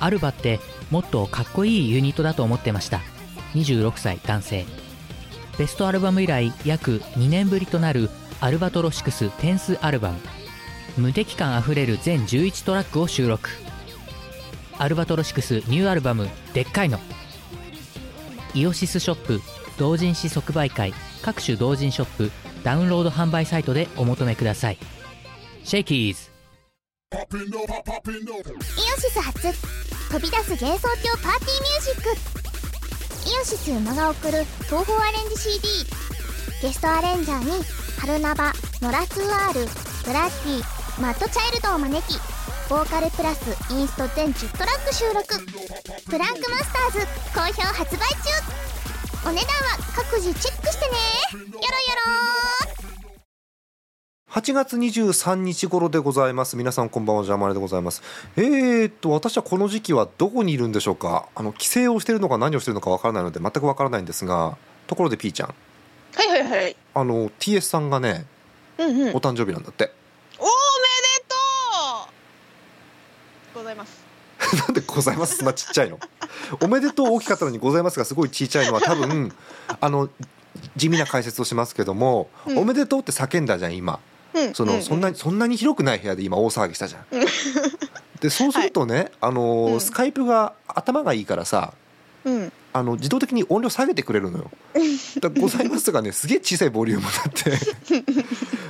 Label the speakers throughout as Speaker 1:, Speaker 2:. Speaker 1: アルバってもっとかっこいいユニットだと思ってました26歳男性ベストアルバム以来約2年ぶりとなるアルバトロシクステンスアルバム無敵感あふれる全11トラックを収録アルバトロシクスニューアルバム「でっかいの」イオシスショップ同人誌即売会各種同人ショップダウンロード販売サイトでお求めくださいシェイキーズ
Speaker 2: イオシス初飛び出す幻想郷パーティーミュージックイオシス馬が送る東宝アレンジ CD ゲストアレンジャーに春ナバノラ 2R ブラッディマッドチャイルドを招きボーカルプラスインスト全10トラック収録「プランクマスターズ」好評発売中お値段は各自チェックしてねよろよろ
Speaker 3: 8月23日頃でございます皆さんこんばんはジャーマネでございますえー、っと私はこの時期はどこにいるんでしょうかあの帰省をしてるのか何をしてるのかわからないので全くわからないんですがところで P ちゃん
Speaker 4: はいはいはい。
Speaker 3: あの TS さんがね
Speaker 4: うんうん。おめで
Speaker 3: お誕生日なんだって、
Speaker 4: とうございます。
Speaker 3: なんでございますそんなちっちゃいのおめでとう大きかったのにございますがすごいちっちゃいのは多分あの地味な解説をしますけども、
Speaker 4: うん
Speaker 3: おめでとうって叫んだじゃん今
Speaker 4: うん。
Speaker 3: そうの
Speaker 4: う
Speaker 3: そんなにそんなに広くない部屋で今大騒ぎしたじゃん。でそうするとね、あのー
Speaker 4: うん
Speaker 3: スカイプが頭がいいからさ
Speaker 4: うん。
Speaker 3: あの自動的に音量下げてくれるのよ。だからございます がねすげえ小さいボリュームだっ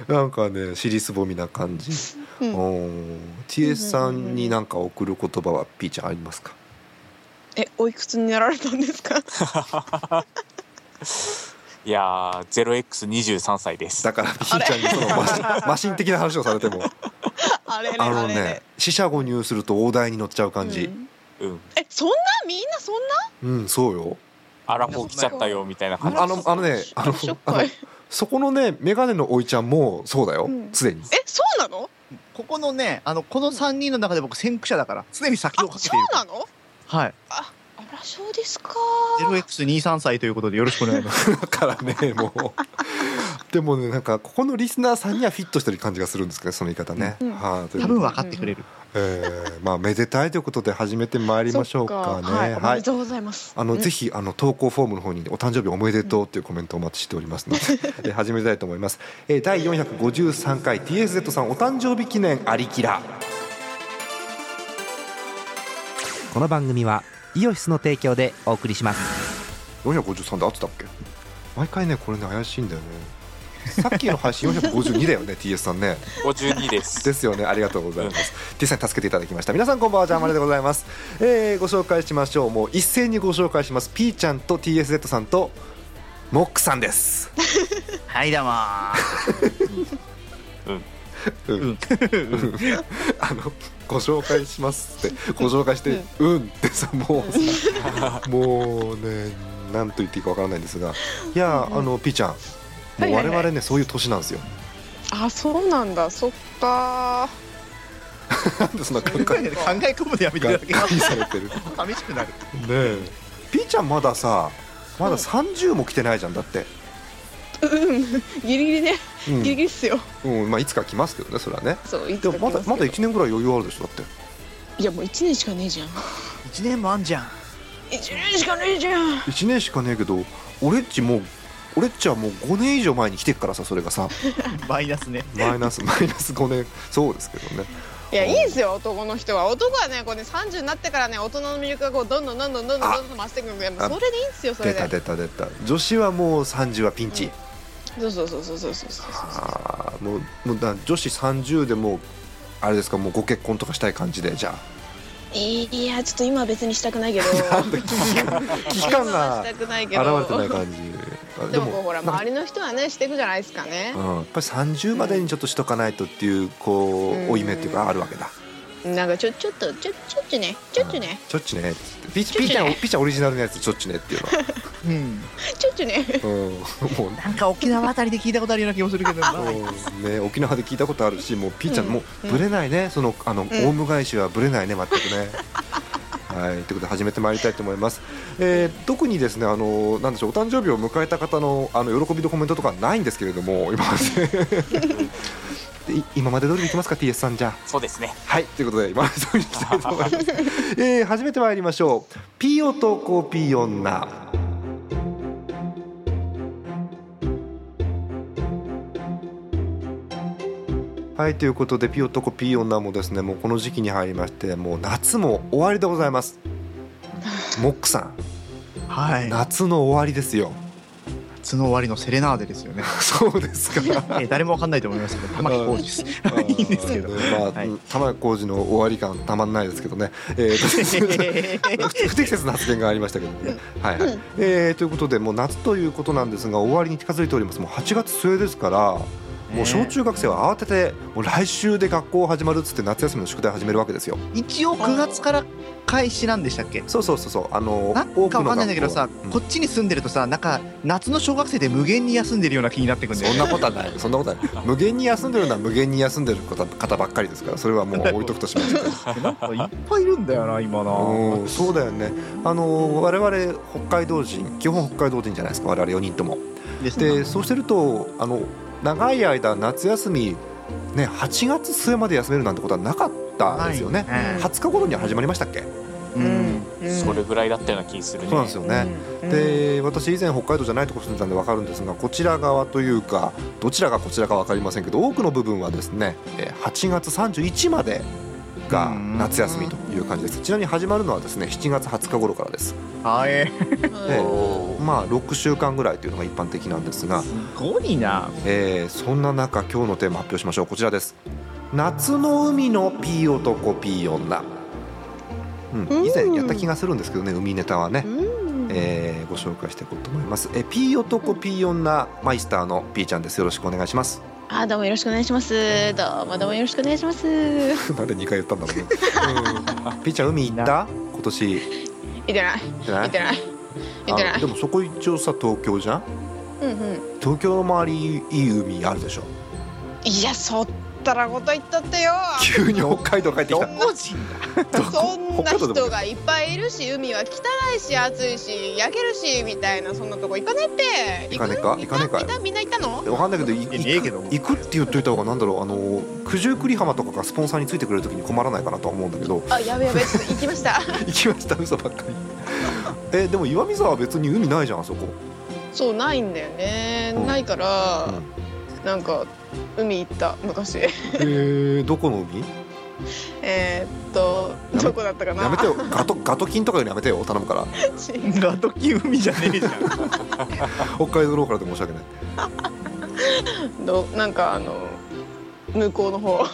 Speaker 3: てなんかね尻すぼみな感じ。
Speaker 4: う
Speaker 3: お
Speaker 4: ん。
Speaker 3: ー TS さんになんか送る言葉はピーちゃんありますか
Speaker 4: え、おいくつになられたんですか。
Speaker 5: いやー 0x23 歳です
Speaker 3: だからピーちゃんにそのマ シンマシン的な話をされても
Speaker 4: あれれ
Speaker 3: あ
Speaker 4: あ
Speaker 3: の
Speaker 4: れ
Speaker 3: ね
Speaker 4: れ。
Speaker 3: 四捨五入すると大台に乗っちゃう感じ
Speaker 4: う。ん
Speaker 5: うん
Speaker 4: え、そんなみんなそんな。
Speaker 3: うん、そうよ。
Speaker 5: アラフォー来ちゃったよみたいな感じ
Speaker 3: あのあのねあの
Speaker 4: しょっ
Speaker 3: あの
Speaker 4: ぱい。
Speaker 3: そこのねメガネのおいちゃんもそう だよ
Speaker 4: うん
Speaker 3: すでに
Speaker 4: え、そうなの。
Speaker 6: ここのね、あの、この3人の中で僕、先駆者だから、常に先
Speaker 4: あ
Speaker 6: を、かけ
Speaker 4: そ
Speaker 6: ている。
Speaker 4: うなの。
Speaker 6: はい。
Speaker 4: あら、そうですか。
Speaker 6: 0x23 歳ということでよろしくお願いし ます。
Speaker 3: だからねもうでもねなんかここのリスナーさんにはフィットしてる感じがするんですけどその言い方ね、
Speaker 4: うん
Speaker 3: はいという
Speaker 6: 多分分かってくれる。
Speaker 3: えーまあめでたいということで始めてまいりましょうかね
Speaker 4: そっはい。おめ
Speaker 3: は
Speaker 4: で
Speaker 3: い
Speaker 4: とうございます。
Speaker 3: あの、
Speaker 4: うん
Speaker 3: ぜひあの投稿フォームの方にお誕生日おめでとうというコメントをお待ちしておりますので、えー 始めたいと思います、えー、第453回 TSZ さんお誕生日記念ありきら
Speaker 1: この番組はイオシスの提供でお送りします
Speaker 3: 453で合ってたっけ毎回ねこれね怪しいんだよねさっきの配信452だよね TS さんね
Speaker 5: 52です
Speaker 3: ですよねありがとうございます T さんに助けていただきました皆さんこんばんはジャーマネでございます、えーご紹介しましょうもう一斉にご紹介します P ちゃんと TSZ さんとモックさんです、
Speaker 6: はい、どうもー。
Speaker 3: うん
Speaker 6: うん
Speaker 3: あのご紹介しますってご紹介して「うん」って さもうさもうね何と言っていいかわからないんですがいやーあの P ちゃんもう我々ね、
Speaker 4: はいは
Speaker 3: そういう年なんですよ
Speaker 4: あ、そうなんだ。そっか。
Speaker 3: なんでそんな考
Speaker 6: 考え
Speaker 3: え
Speaker 6: 込むのやめて
Speaker 3: が
Speaker 6: い
Speaker 3: っ
Speaker 6: ただけ
Speaker 3: かりされてる
Speaker 6: 寂しくなる。
Speaker 3: ねえピーちゃんまださまだ30も来てないじゃんだって、
Speaker 4: うん。ギリギリね。
Speaker 3: う
Speaker 4: ギリ
Speaker 3: ん
Speaker 4: ギリっすよ。
Speaker 3: うんまあ、いつか来ますけどねそれはね
Speaker 4: そう。い
Speaker 3: で
Speaker 4: つ
Speaker 3: もま
Speaker 4: か
Speaker 3: だ
Speaker 4: 来すけど
Speaker 3: まだ1年ぐらい余裕あるでしょだって
Speaker 4: いや、もう一年しか ねえじゃん。
Speaker 6: 1年もあんじゃん。
Speaker 4: 一年しかねえじゃん。
Speaker 3: 1年しかねえけど俺っちもう俺っちはもう5年以上前に来てっからさそれが さ
Speaker 6: マイナスね。
Speaker 3: マイナスマイナス5年そうですけどね
Speaker 4: いやいいですよ男の人は男はねこうね30になってからね大人の魅力がこうどんどんどんどんどんどんどんどん増していくんでもう
Speaker 3: あ
Speaker 4: それでいいんですよそれ
Speaker 3: 出た
Speaker 4: で
Speaker 3: 出た出た女子はもう30はピンチ、
Speaker 4: うんそうそうそうそうそうそうそう
Speaker 3: ああもうもうだ女子30でもうあれですかもうご結婚とかしたい感じでじゃ
Speaker 4: いやちょっと今は別にしたくないけど
Speaker 3: あなんで危機感危機感
Speaker 4: 今は
Speaker 3: が
Speaker 4: した
Speaker 3: 現
Speaker 4: くな
Speaker 3: れ
Speaker 4: いけ
Speaker 3: て
Speaker 4: ど
Speaker 3: ない感 じあ
Speaker 4: でもこうほら
Speaker 3: なんか
Speaker 4: 周りの人はねしていくじゃないですかね
Speaker 3: うん、やっぱり30までにちょっとしとかないとっていうこ
Speaker 4: う
Speaker 3: うん負い目っていうかあるわけだ。
Speaker 4: なんかちょちょっとちょちょっちねちょっちね
Speaker 3: ちょっちねっつってピ
Speaker 4: ちょっ
Speaker 3: ピー
Speaker 4: ちね
Speaker 3: ちゃんピーちゃんオリジナルのやつちょっちねっていう のは。
Speaker 6: うん。
Speaker 4: ちょっちね
Speaker 3: うん、もう
Speaker 6: なんか沖縄あたりで聞いたことあるような気もするけど な。
Speaker 3: うんね沖縄で聞いたことあるしもうピーちゃん
Speaker 4: うん
Speaker 3: もうブレないねそのあの、
Speaker 4: ん
Speaker 3: オウム返しはブレないね全く ね。はいということで始めてまいりたいと思います。えー特にですねあのなんでしょうお誕生日を迎えた方のあの喜びのコメントとかはないんですけれども今まで。で い今まで通りでいきますか TS さんじゃあ
Speaker 5: そうですね。
Speaker 3: はいということで今まで通りにいきたいと思いますえー、初めて参りましょう「ピー男ピー女」はいということで「ピー男ピー女」もですねもうこの時期に入りましてもう夏も終わりでございますモックさん
Speaker 6: はい
Speaker 3: 夏の終わりですよ
Speaker 6: 夏の終わりのセレナーデですよね
Speaker 3: そうですか
Speaker 6: えー誰もわかんないと思いますけ ど玉置浩二です いいんですけど
Speaker 3: あーまあ、
Speaker 6: はい
Speaker 3: 玉置浩二の終わり感たまんないですけどね。えー 不適切な発言がありましたけどね。はい、はいえーということでもう夏ということなんですが終わりに近づいておりますもう8月末ですから。もう小中学生は慌ててもう来週で学校始まるっつって夏休みの宿題始めるわけですよ
Speaker 6: 一応9月から開始なんでしたっけ
Speaker 3: そうそうそうそうあの
Speaker 6: なん
Speaker 3: 多く
Speaker 6: かわ
Speaker 3: の
Speaker 6: かんないんだけどさ、
Speaker 3: 学校
Speaker 6: こっちに住んでるとさなんか夏の小学生で無限に休んでるような気になってく
Speaker 3: うん
Speaker 6: んだ
Speaker 3: そ
Speaker 6: よ
Speaker 3: ん
Speaker 6: ね
Speaker 3: なことはないそんなことはない無限に休んでるのは無限に休んでる方方ばっかりですからそれはもう置いとくとしまして
Speaker 6: なんかいっぱいいるんだよな今な
Speaker 3: うんそうだよねあの我々北海道人基本北海道人じゃないですか我々4人とも
Speaker 6: ですね
Speaker 3: でそうしてるとあの長い間夏休みね8月末まで休めるなんてことはなかったですよね
Speaker 6: ない
Speaker 4: ね
Speaker 3: 20日頃には始まりましたっけ、
Speaker 6: うん
Speaker 5: それぐらいだったような気するね。
Speaker 3: そうなんですよね、で私以前北海道じゃないとこ住んでたんで分かるんですがこちら側というかどちらがこちらか分かりませんけど多くの部分はですねえー8月31までが夏休みという感じですちなみに始まるのはですね7月20日頃からです
Speaker 6: はい
Speaker 3: ええまあ6週間ぐらいというのが一般的なんですが、
Speaker 6: すごいな
Speaker 3: えーそんな中今日のテーマ発表しましょうこちらです夏の海のピー男ピー女、うん、以前やった気がするんですけどね海ネタはね、えーご紹介していこうと思いますえピー男ピー女マイスターのピーちゃんですよろしくお願いします
Speaker 4: あどうもよろしくお願いしますどうもどうもよろしくお願いしますい
Speaker 3: なんで2回言ったんだろう ね、うん、ピーちゃん海行った今年行
Speaker 4: てない
Speaker 3: ってない
Speaker 4: いてないいてな
Speaker 3: あ
Speaker 4: い
Speaker 3: でもそこ一応さ東京じゃん
Speaker 4: うんうん
Speaker 3: 東京の周りいい海あるでしょ
Speaker 4: いやそったらこと言ったってよ
Speaker 3: 急に北海道帰ってきた
Speaker 6: 同時
Speaker 4: そん
Speaker 3: 北
Speaker 4: な
Speaker 3: 海道でも
Speaker 4: 人がいっぱいいるし海は汚いし暑いし焼けるしみたいなそんなとこ行かねって
Speaker 3: 行かねえか
Speaker 4: 行
Speaker 3: 行かねえか
Speaker 4: みんなみんな行ったの
Speaker 3: わかんないけどい
Speaker 6: いやねえけど
Speaker 3: 行く行くって言っといた方がなんだろうあの九十九里浜とかがスポンサーについてくれるときに困らないかなとは思うんだけど
Speaker 4: あやべやべちょっと行きました
Speaker 3: 行きました嘘ばっかりえでも岩見沢は別に海ないじゃんあそこ
Speaker 4: そうないんだよね
Speaker 3: うん
Speaker 4: ないからなんか海行った昔
Speaker 3: えー、どこの海
Speaker 4: えーっと
Speaker 3: やめ
Speaker 4: どこだったかな
Speaker 3: やめてよガトガトキンとかよりやめてよ頼むから
Speaker 4: 違う
Speaker 6: ガトキ海じゃねえじ ゃん
Speaker 3: 北海道ローカルで申し 訳ない
Speaker 4: どなんかあの向こうの方
Speaker 3: 向こ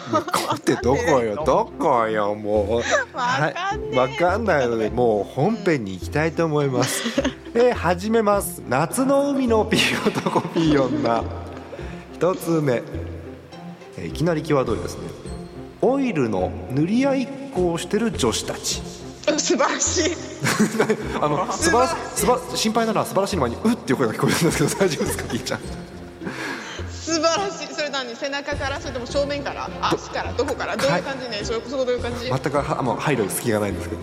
Speaker 3: うってどこよどこよも
Speaker 4: わかん
Speaker 3: う
Speaker 4: ね
Speaker 3: わかんないのでもう本編に行きたいと思い ますえー始めます夏の海のピー男ピー女一つ目えーいきなり際どいですねオイルの塗り合いっこをしてる女子たち
Speaker 4: え素晴らしい
Speaker 3: あの素晴らし素晴ら心配なのは素晴らしいの前に「うっ」っていう声が聞こえるんですけど大丈夫ですかピーちゃん
Speaker 4: 素晴らしいそれ何背中からそれとも正面から足からどこからどういう感じねそれそこどういう感じ
Speaker 3: 全くはもう配慮に隙がないんですけ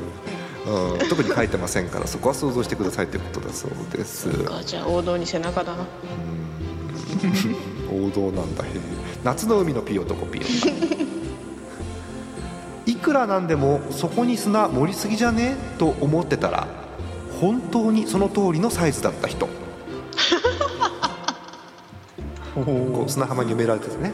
Speaker 3: どね、うん、特に書いてませんからそこは想像してくださいということだそうです
Speaker 4: あじゃあ王道に背中だな
Speaker 3: 王道なんだへえ夏の海のピー男ピー女いくらなんでもそこに砂盛りすぎじゃねと思ってたら本当にその通りのサイズだった人こう砂浜に埋められててね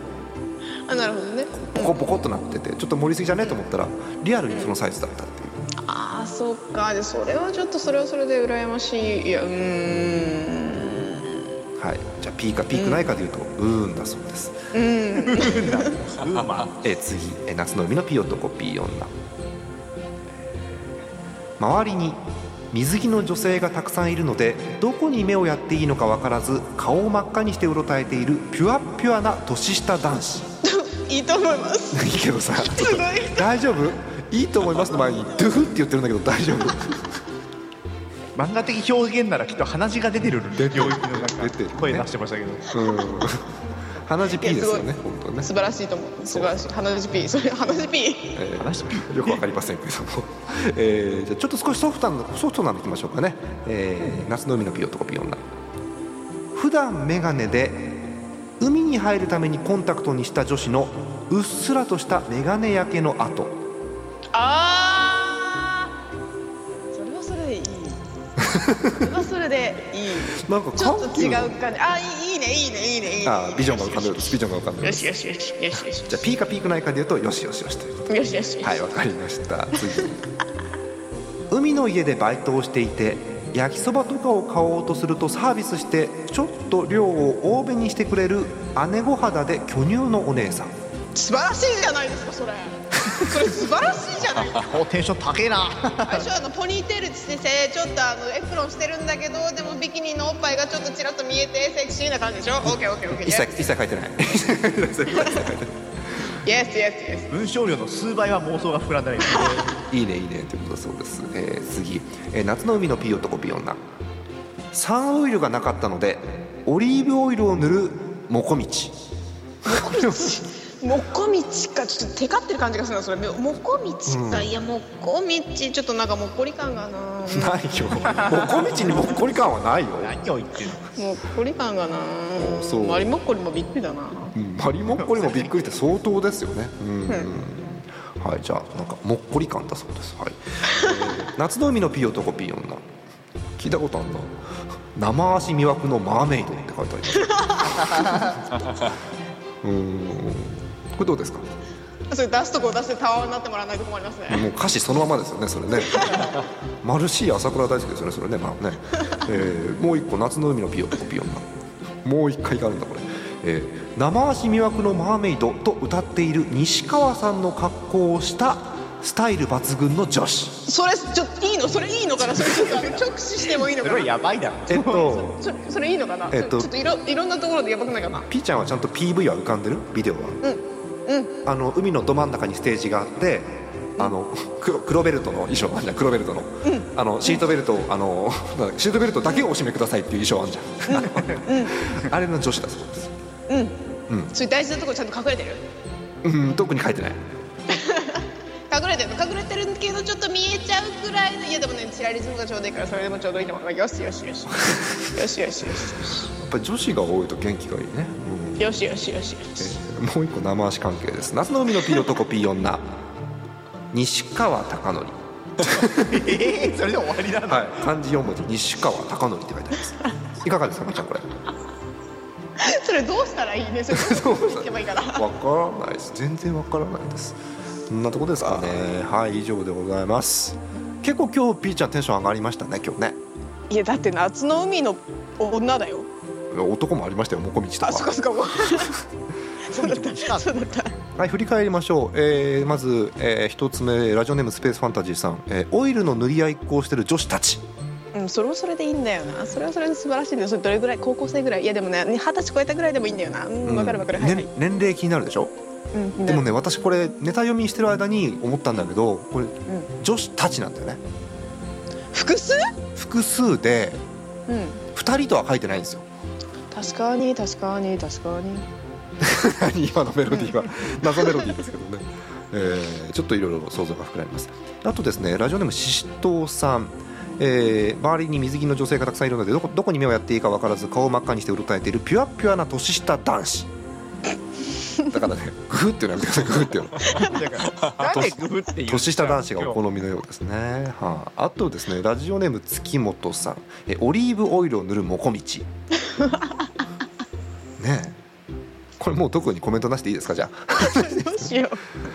Speaker 4: あなるほどね
Speaker 3: ボコボコっとなっててちょっと盛りすぎじゃねと思ったらリアルにそのサイズだったっていう
Speaker 4: ああそっかでそれはちょっとそれはそれで羨ましいいやうーん
Speaker 3: はい、じゃあピーかピークないかでいうと、うーんだそうです。 うん、えー次、えー夏の海のピー男ピー女。周りに水着の女性がたくさんいるので、どこに目をやっていいのかわからず、顔を真っ赤にしてうろたえているピュアピュアな年下男子。
Speaker 4: いいと思います
Speaker 3: いいけどさ、ちょっ
Speaker 4: す
Speaker 3: と
Speaker 4: ごい
Speaker 3: 大丈夫？いいと思いますの前にドゥフって言ってるんだけど大丈夫？
Speaker 6: 漫画的表現ならきっと鼻血が出てる領域の中
Speaker 3: 出てるね
Speaker 6: 声出してましたけど
Speaker 3: うん、鼻血ピーですよ
Speaker 4: い
Speaker 3: ね
Speaker 4: やす、
Speaker 3: 本当ね。
Speaker 4: 素晴らしいと思う素晴らしい鼻血 P それ鼻血 P
Speaker 3: えーよくわかりませんけども、えーじゃあちょっと少しソフトなソフトなのいきましょうかね、えー夏の海のピヨとかピヨンナ普段メガネで海に入るためにコンタクトにした女子のうっすらとした眼鏡焼けの跡
Speaker 4: あーそれはそれでいいそれはそれでいい
Speaker 3: なんか
Speaker 4: ちょっ
Speaker 3: 緩
Speaker 4: と
Speaker 3: 急
Speaker 4: 違う感じあいいいいねいいねいいねいいね
Speaker 3: あービジョンが浮かんでるビジョンが浮かんでる
Speaker 4: よ
Speaker 3: じ
Speaker 4: しよしよしよしよし
Speaker 3: ゃあピーかピークないかで言うとよしよしよしということ
Speaker 4: よしよし
Speaker 3: ではいわかりました次海の家でバイトをしていて焼きそばとかを買おうとするとサービスしてちょっと量を多めにしてくれる姉御肌で巨乳のお姉さん
Speaker 4: 素晴らしいじゃないですかそれそれ素晴らしいじゃないですか
Speaker 6: おテンション高えな
Speaker 4: 最初あのポニーテールしててちょっとあのエプロンしてるんだけどでもビキニのおっぱいがちょっとちらっと見えてセクシーな感じでしょ OKOKOK
Speaker 3: 一切一切書いてない 一切書いてない
Speaker 4: イエスイエスイエス
Speaker 6: 文章量の数倍は妄想が膨らんだね
Speaker 3: いいねいいねってことだそうです、えー次、えー夏の海のピー男ピー女サンオイルがなかったのでオリーブオイルを塗るモコミチ
Speaker 4: もこみちかちょっとテカってる感じがするなそれもこみちか、いやもこみちちょっとなんかもっこり感がな
Speaker 3: ないよ モコミチにもっこり感はないよ
Speaker 6: 何を言ってる
Speaker 4: もっこり感がな
Speaker 3: おそう
Speaker 4: マリもっこりもびっくりだな
Speaker 3: うんマリモッコリもびっくりって相当ですよねうん、はいじゃあなんかもっこり感だそうですはい、えー夏の海のピー男ピー女聞いたことあんな生足魅惑のマーメイドって書いてありますうんこれどうですか
Speaker 4: それ出すとこ出してタワーになってもらわないと困りますね
Speaker 3: もう歌詞そのままですよね、それね。マルシー朝倉大好きですよね、それね、まあね。えーもう一個夏の海のピヨンピヨンな。もう一回があるんだこれ。えー生足魅惑のマーメイドと歌っている西川さんの格好をしたスタイル抜群の女子。
Speaker 4: それちょっといいのそれいいのかなそれちょっとあの直視してもいいの
Speaker 6: そ
Speaker 4: か
Speaker 6: れ
Speaker 4: な
Speaker 6: はやばいだろ
Speaker 3: えっと、
Speaker 4: それそれいいのかな、
Speaker 3: えっと
Speaker 4: ちょっといろいろんなところでやばくないかな
Speaker 3: ピーちゃんはちゃんと PV は浮かんでる？ビデオは。
Speaker 4: うん
Speaker 3: あの海のど真ん中にステージがあって。あの 黒黒ベルトの衣装あんじゃん黒ベルトの,、あのシートベルトをあのなんだシートベルトだけをお締めくださいっていう衣装あんじゃん、あれの女子だそうです
Speaker 4: それ大事なとこちゃんと隠れてる
Speaker 3: うん特に書いてない
Speaker 4: 隠れてる隠れてるけどちょっと見えちゃうくらいのいやでもねチラリズムがちょうどいいからそれでもちょうどいいと思うよしよしよしよしよしよし
Speaker 3: やっぱり女子が多いと元気がいいね、うん
Speaker 4: よしよしよしよ
Speaker 3: え
Speaker 4: し
Speaker 3: ーもう一個生足関係です夏の海のピー男ピー女西川貴教
Speaker 6: ええそれで終わりなの、
Speaker 3: はい漢字四文字西川貴教って書いてありますいかがですかみーちゃんこれ
Speaker 4: それどうしたらいいねそれ どうしたらいけばいいかな
Speaker 3: わからないです全然わからないですそんなとこですかねはい以上でございます結構今日ピーちゃんテンション上がりましたね今日ね
Speaker 4: いやだって夏の海の女だよ
Speaker 3: 男もありましたよもこみちと
Speaker 4: あそっか
Speaker 3: か
Speaker 4: そっかもうそうだったそうだった
Speaker 3: はい振り返りましょう、えーまず、えー一つ目ラジオネームスペースファンタジーさん、えーオイルの塗り合いっこをしてる女子たち
Speaker 4: うん、それもそれでいいんだよな。それはそれで素晴らしいんだよ。それどれぐらい高校生ぐらい。いやでもね、二十歳超えたぐらいでもいいんだよな。うん、わかるわかる。はい、はい
Speaker 3: ね。年齢気になるでしょ
Speaker 4: うん、
Speaker 3: でも
Speaker 4: ね、
Speaker 3: ね私これネタ読みしてる間に思ったんだけどこれ、女子たちなんだよね
Speaker 4: 複数？
Speaker 3: 複数で
Speaker 4: うん。
Speaker 3: 2人とは書いてないんですよ
Speaker 4: 確かに確かに確かに。
Speaker 3: 何今のメロディーは謎メロディーですけどね、えーちょっといろいろ想像が膨らみますあとですねラジオネームししとうさんえー周りに水着の女性がたくさんいるのでどこどこに目をやっていいか分からず顔を真っ赤にしてうろたえているピュアピュアな年下男子だからねグフっていうのやめてくださいグフっていうの
Speaker 6: だからなんでグフって言う
Speaker 3: 年下男子がお好みのようですね、はあ、あとですねラジオネーム月本さんえオリーブオイルを塗るもこみちねえこれもう特にコメントなしでいいですかじゃ
Speaker 4: どうしよ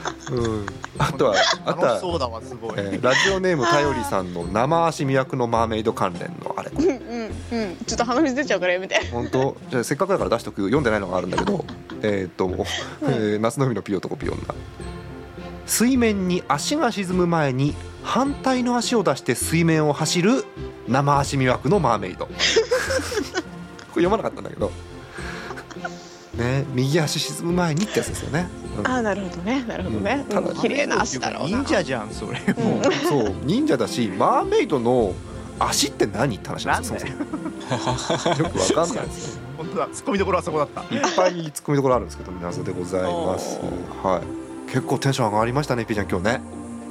Speaker 3: あ、うん、あとはあ
Speaker 6: 楽
Speaker 3: と
Speaker 6: し
Speaker 3: は、
Speaker 6: そうだわすごい、
Speaker 3: えーラジオネーム頼りさんの生足魅惑のマーメイド関連のあれ
Speaker 4: う。うんうんうん。ちょっと鼻水出ちゃうからやめて。
Speaker 3: 本当じゃあせっかくだから出しとく読んでないのがあるんだけどえーっと、えー夏の海のピヨとこピヨンな水面に足が沈む前に反対の足を出して水面を走る生足魅惑のマーメイ ドこれ読まなかったんだけどね右足沈む前にってやつですよね、うん
Speaker 4: ああなるほどねなるほどね。
Speaker 3: うん
Speaker 4: うん綺麗な足だろうな。
Speaker 6: 忍者じゃんそれ
Speaker 3: もうそう忍者だしマーメイドの足って何って話な
Speaker 6: なんん
Speaker 3: です
Speaker 6: だ
Speaker 3: よ
Speaker 6: よ
Speaker 3: そ もそもよくわかんないですよ
Speaker 6: 本当だツッコミどころはそこだった
Speaker 3: いっぱい突っ込みどころあるんですけど謎でございます。はい。結構テンション上がりましたね、ピーちゃん今日ね。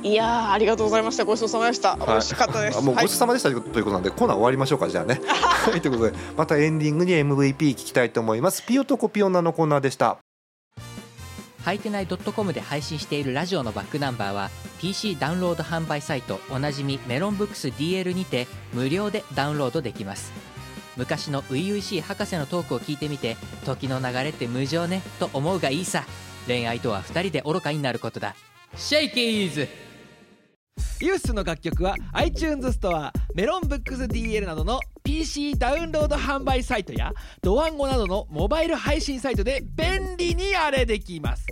Speaker 4: いやーありがとうございましたごちそうさまでした、美味しかったです
Speaker 3: あもう
Speaker 4: は
Speaker 3: ご
Speaker 4: い
Speaker 3: ちそうさまでしたということなんで、コーナー終わりましょうかじゃあね。はいということでまたエンディングに MVP 聞きたいと思います。ピオとコピオナのコーナーでした。
Speaker 1: はいてない .com で配信しているラジオのバックナンバーは PC ダウンロード販売サイトおなじみメロンブックス DL にて無料でダウンロードできます昔の初々しい博士のトークを聞いてみて時の流れって無情ねと思うがいいさ恋愛とは2人で愚かになることだシェイキーズ
Speaker 7: ユースの楽曲は iTunes ストアメロンブックス DL などの PC ダウンロード販売サイトやドワンゴなどのモバイル配信サイトで便利にあれできます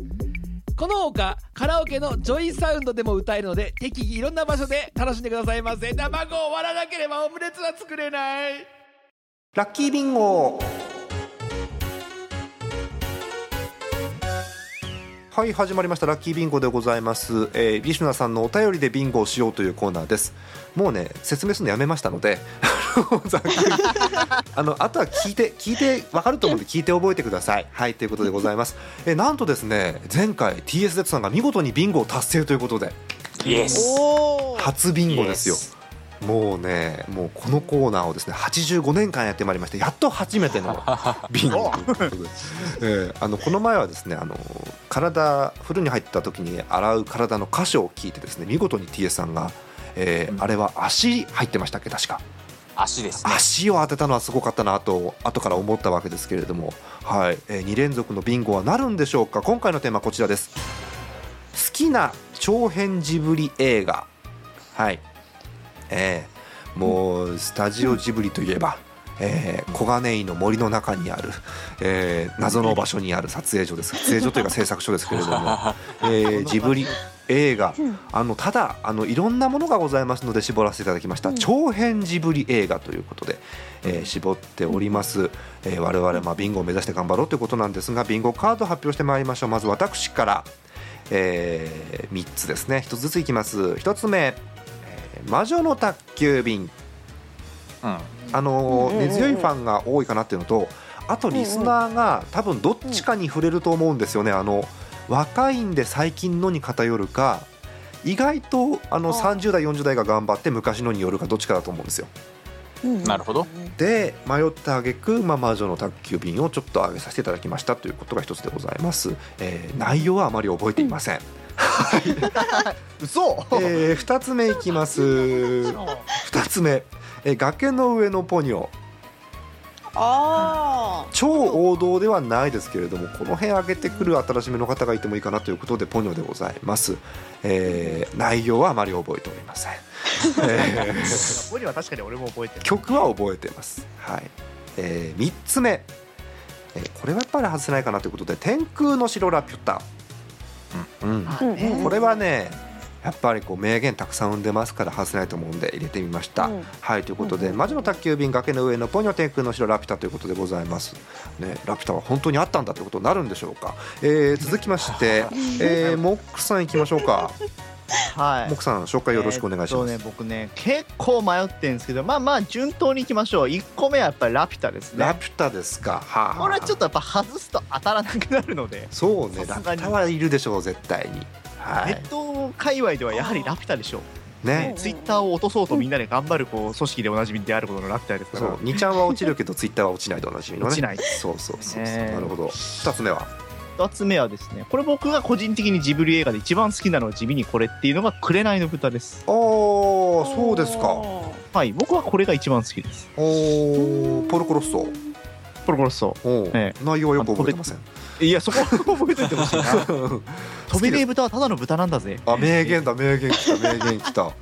Speaker 7: このほかカラオケのジョイサウンドでも歌えるので適宜いろんな場所で楽しんでくださいませ卵を割らなければオムレツは作れない
Speaker 3: ラッキービンゴはい始まりましたラッキービンゴでございます、えー、リシュナさんのお便りでビンゴをしようというコーナーですもうね説明するのやめましたので ざっくりあのあとは聞いて聞いてわかると思うんで聞いて覚えてくださいはいということでございます、 えー、なんとですね前回 TSZ さんが見事にビンゴを達成ということで
Speaker 5: イエス
Speaker 4: おお
Speaker 3: 初ビンゴですよもうねもうこのコーナーをですね85年間やってまいりましてやっと初めてのビンゴということで、 えーあのこの前はですねあの体風呂に入った時に洗う体の箇所を聞いてですね見事に TS さんが、えーあれは足入ってましたっけ確か
Speaker 5: 足ですね
Speaker 3: 足を当てたのはすごかったなと後から思ったわけですけれども、はいえ2連続のビンゴはなるんでしょうか今回のテーマはこちらです好きな長編ジブリ映画はいえーもうスタジオジブリといえば、えー、小金井の森の中にある、えー謎の場所にある撮影所です撮影所というか制作所ですけれども、えージブリ映画あのただあのいろんなものがございますので絞らせていただきました、長編ジブリ映画ということで、えー絞っております、えー我々、まあ、ビンゴを目指して頑張ろうということなんですがビンゴカード発表してまいりましょうまず私から、え3つですね1つずついきます1つ目「魔女の宅急便」
Speaker 5: うん
Speaker 3: あのー
Speaker 4: うんうんうん
Speaker 3: 根強いファンが多いかなっていうのとあとリスナーが多分どっちかに触れると思うんですよね、あの若いんで最近のに偏るか意外とあの
Speaker 4: あー
Speaker 3: 30代40代が頑張って昔のによるかどっちかだと思うんですよ
Speaker 5: なるほど
Speaker 3: で迷った挙句まあ魔女の宅急便をちょっと上げさせていただきましたということが一つでございます、えー内容はあまり覚えていません、
Speaker 6: 嘘
Speaker 3: えー、2つ目いきます2つ目、えー崖の上のポニョ
Speaker 4: あ
Speaker 3: 超王道ではないですけれどもこの辺上げてくる新しめの方がいてもいいかなということでポニョでございます、えー内容はあまり覚えておりません、えー
Speaker 6: ここには確かに俺も覚えてる
Speaker 3: 曲は覚えてます、はいえ3つ目、えーこれはやっぱり外せないかなということで「天空の城ラピュタ」うん
Speaker 4: あ、うんうん
Speaker 3: これはねやっぱりこう名言たくさん生んでますから外せないと思うんで入れてみました、
Speaker 4: うん
Speaker 3: はいということで、魔女の宅急便崖の上のポニョ天空の城ラピュタということでございますねラピュタは本当にあったんだということになるんでしょうか、えー続きまして、えー、モックさんいきましょうか
Speaker 8: は
Speaker 3: モックさん紹介よろしくお願いし
Speaker 8: えーっと
Speaker 3: ます、
Speaker 8: ね、僕ね結構迷ってるんですけどまあまあ順当にいきましょう1個目はやっぱり「ラピュタ」です
Speaker 3: ラ
Speaker 8: ね
Speaker 3: ピュタですかはあ
Speaker 8: これはちょっとやっぱ外すと当たらなくなるので
Speaker 3: そうねラ
Speaker 8: さす
Speaker 3: ピ
Speaker 8: が
Speaker 3: ュ
Speaker 8: に
Speaker 3: タはいるでしょう絶対には
Speaker 8: ネ
Speaker 3: い
Speaker 8: ット界隈ではやはりラピュタでしょう。
Speaker 3: ね
Speaker 8: ツイッターを落とそうとみんなで頑張るこう組織でおなじみであることのラピュタですか
Speaker 3: そう
Speaker 8: ら。
Speaker 3: 2ちゃんは落ちるけどツイッターは落ちないと同じみのね
Speaker 8: 落ちない
Speaker 3: そうそうそうそう、
Speaker 8: ねえ
Speaker 3: なるほど2つ目は
Speaker 8: 2つ目はですね、これ僕が個人的にジブリ映画で一番好きなのは地味にこれっていうのが紅の豚です。
Speaker 3: お
Speaker 4: あ
Speaker 3: ーそうですか
Speaker 8: はい、僕はこれが一番好きです。
Speaker 3: おーポルコロッソ
Speaker 8: ポロポロそ
Speaker 3: おー
Speaker 8: え
Speaker 3: 内容はよく覚えてません
Speaker 8: う。いや、そこ覚えててほし いな。飛び
Speaker 3: 好きで
Speaker 8: 出豚はただの豚なんだぜ。
Speaker 3: あ名言だ名言きた名言き た
Speaker 8: ね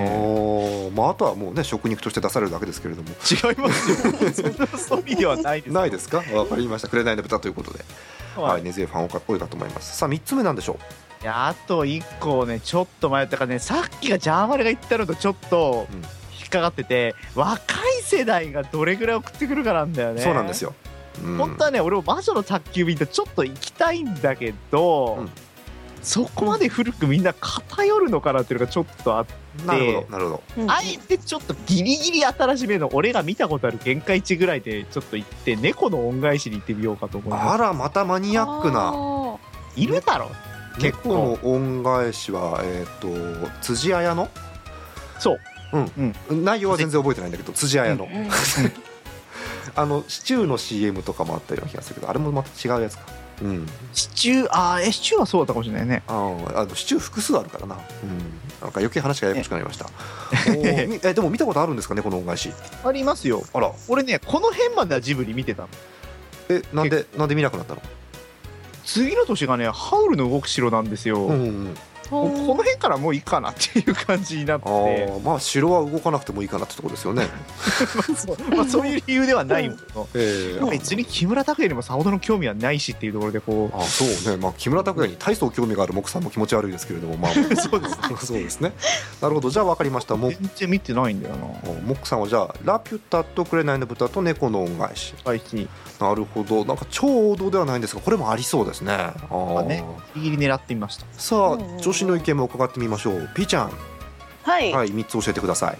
Speaker 3: おーまああとはもうね食肉として出されるだけですけれども
Speaker 8: 違いますよ。そんな意味ではないです。
Speaker 3: ないですかわかりました紅の豚ということで
Speaker 8: は
Speaker 3: はいい。根強いファン多か多いかと思いますさあ3つ目なんでしょ
Speaker 8: いやあと一個ねちょっと迷ったからねさっきがジャーマルが言ったのとちょっと
Speaker 3: うん
Speaker 8: 引っかかってて、若い世代がどれぐらい送ってくるかなんだよ
Speaker 3: う
Speaker 8: ね
Speaker 3: そうなんです
Speaker 8: よ、
Speaker 3: ようん
Speaker 8: 本当はね俺も魔女の宅急便とちょっと行きたいんだけど、
Speaker 3: うん
Speaker 8: そこまで古くみんな偏るのかなっていうのがちょっとあって、
Speaker 3: なるほどなるほど
Speaker 8: あえてちょっとギリギリ新しめの俺が見たことある限界値ぐらいでちょっと行って猫の恩返しに行ってみようかと思い
Speaker 3: あ
Speaker 8: ます
Speaker 3: らまたマニアックな
Speaker 8: あいるだろ
Speaker 3: 結構の恩返しは、えー、と辻彩の
Speaker 8: そう
Speaker 3: 内容は全然覚えてないんだけど辻彩の、
Speaker 8: う
Speaker 3: あのシチューの CM とかもあったような気がするけどあれもまた違うやつかうん
Speaker 8: シチューあーえシチューはそうだったかもしれないね
Speaker 3: あーあのシチュー複数あるからな、うん、なんか余計話がややこしくなりましたおーみえでも見たことあるんですかねこの恩返し
Speaker 8: ありますよ
Speaker 3: あら
Speaker 8: 俺ねこの辺まではジブリ見てたの
Speaker 3: えなんでなんで見なくなったの
Speaker 8: 次の年がね「ハウルの動く城」なんですよ、
Speaker 3: う
Speaker 8: もうん
Speaker 3: うん
Speaker 8: この辺からもういいかなっていう感じになっ
Speaker 3: あ
Speaker 8: て
Speaker 3: ーまあ城は動かなくてもいいかなってとこですよね
Speaker 8: そうまあ、そういう理由ではないもの
Speaker 3: ええ
Speaker 8: の別に木村拓哉にもさほどの興味はないしっていうところでこ
Speaker 3: あそうね、まあ、木村拓哉に大層興味がある木さんも気持ち悪いですけれども、まあ、
Speaker 8: うそうです
Speaker 3: そうですねなるほどじゃあ分かりましたも
Speaker 8: 全然見てないんだよな
Speaker 3: モックさんはじゃあ「ラピュタ」と「紅の豚」と「猫の恩返し
Speaker 8: 最近」
Speaker 3: なるほどなんか超王道ではないんですがこれもありそうですねあー
Speaker 8: ねギリギリ狙ってみました
Speaker 3: さ
Speaker 4: うんうんう
Speaker 3: あ
Speaker 4: ん
Speaker 3: 女子の意見も伺ってみましょうピーちゃん
Speaker 4: はい、
Speaker 3: はい3つ教えてください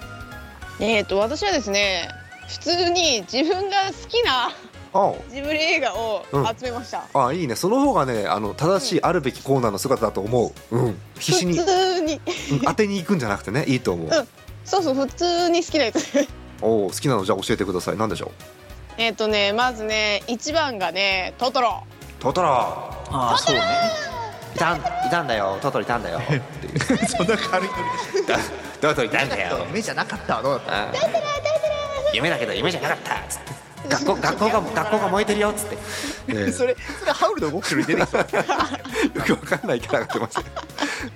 Speaker 4: えっ、と私はですね普通に自分が好きな
Speaker 3: あ
Speaker 4: ジブリ映画を集めました、
Speaker 3: あああいいねその方がねあの正しいあるべきコーナーの姿だと思ううん必死に
Speaker 4: 普通に
Speaker 3: うん当てに行くんじゃなくてねいいと思う
Speaker 4: うんそうそう普通に好きなやつ
Speaker 3: おー好きなのじゃあ教えてください何でしょう
Speaker 4: えっとねまずね一番がねトトロ
Speaker 3: トトロ
Speaker 5: ああそうね
Speaker 3: いたんいたんだよトトロいたんだよっていう
Speaker 8: そんな軽いノリでし
Speaker 5: どうといたんだ
Speaker 8: た目じゃなかったわどうだった
Speaker 5: 夢だけど夢じゃなかったつって
Speaker 3: 学校学校が学校が燃えてるよっつって、えー
Speaker 8: それそれハウルの動く城に出てきた
Speaker 3: よくわかんないキャラが出ましたね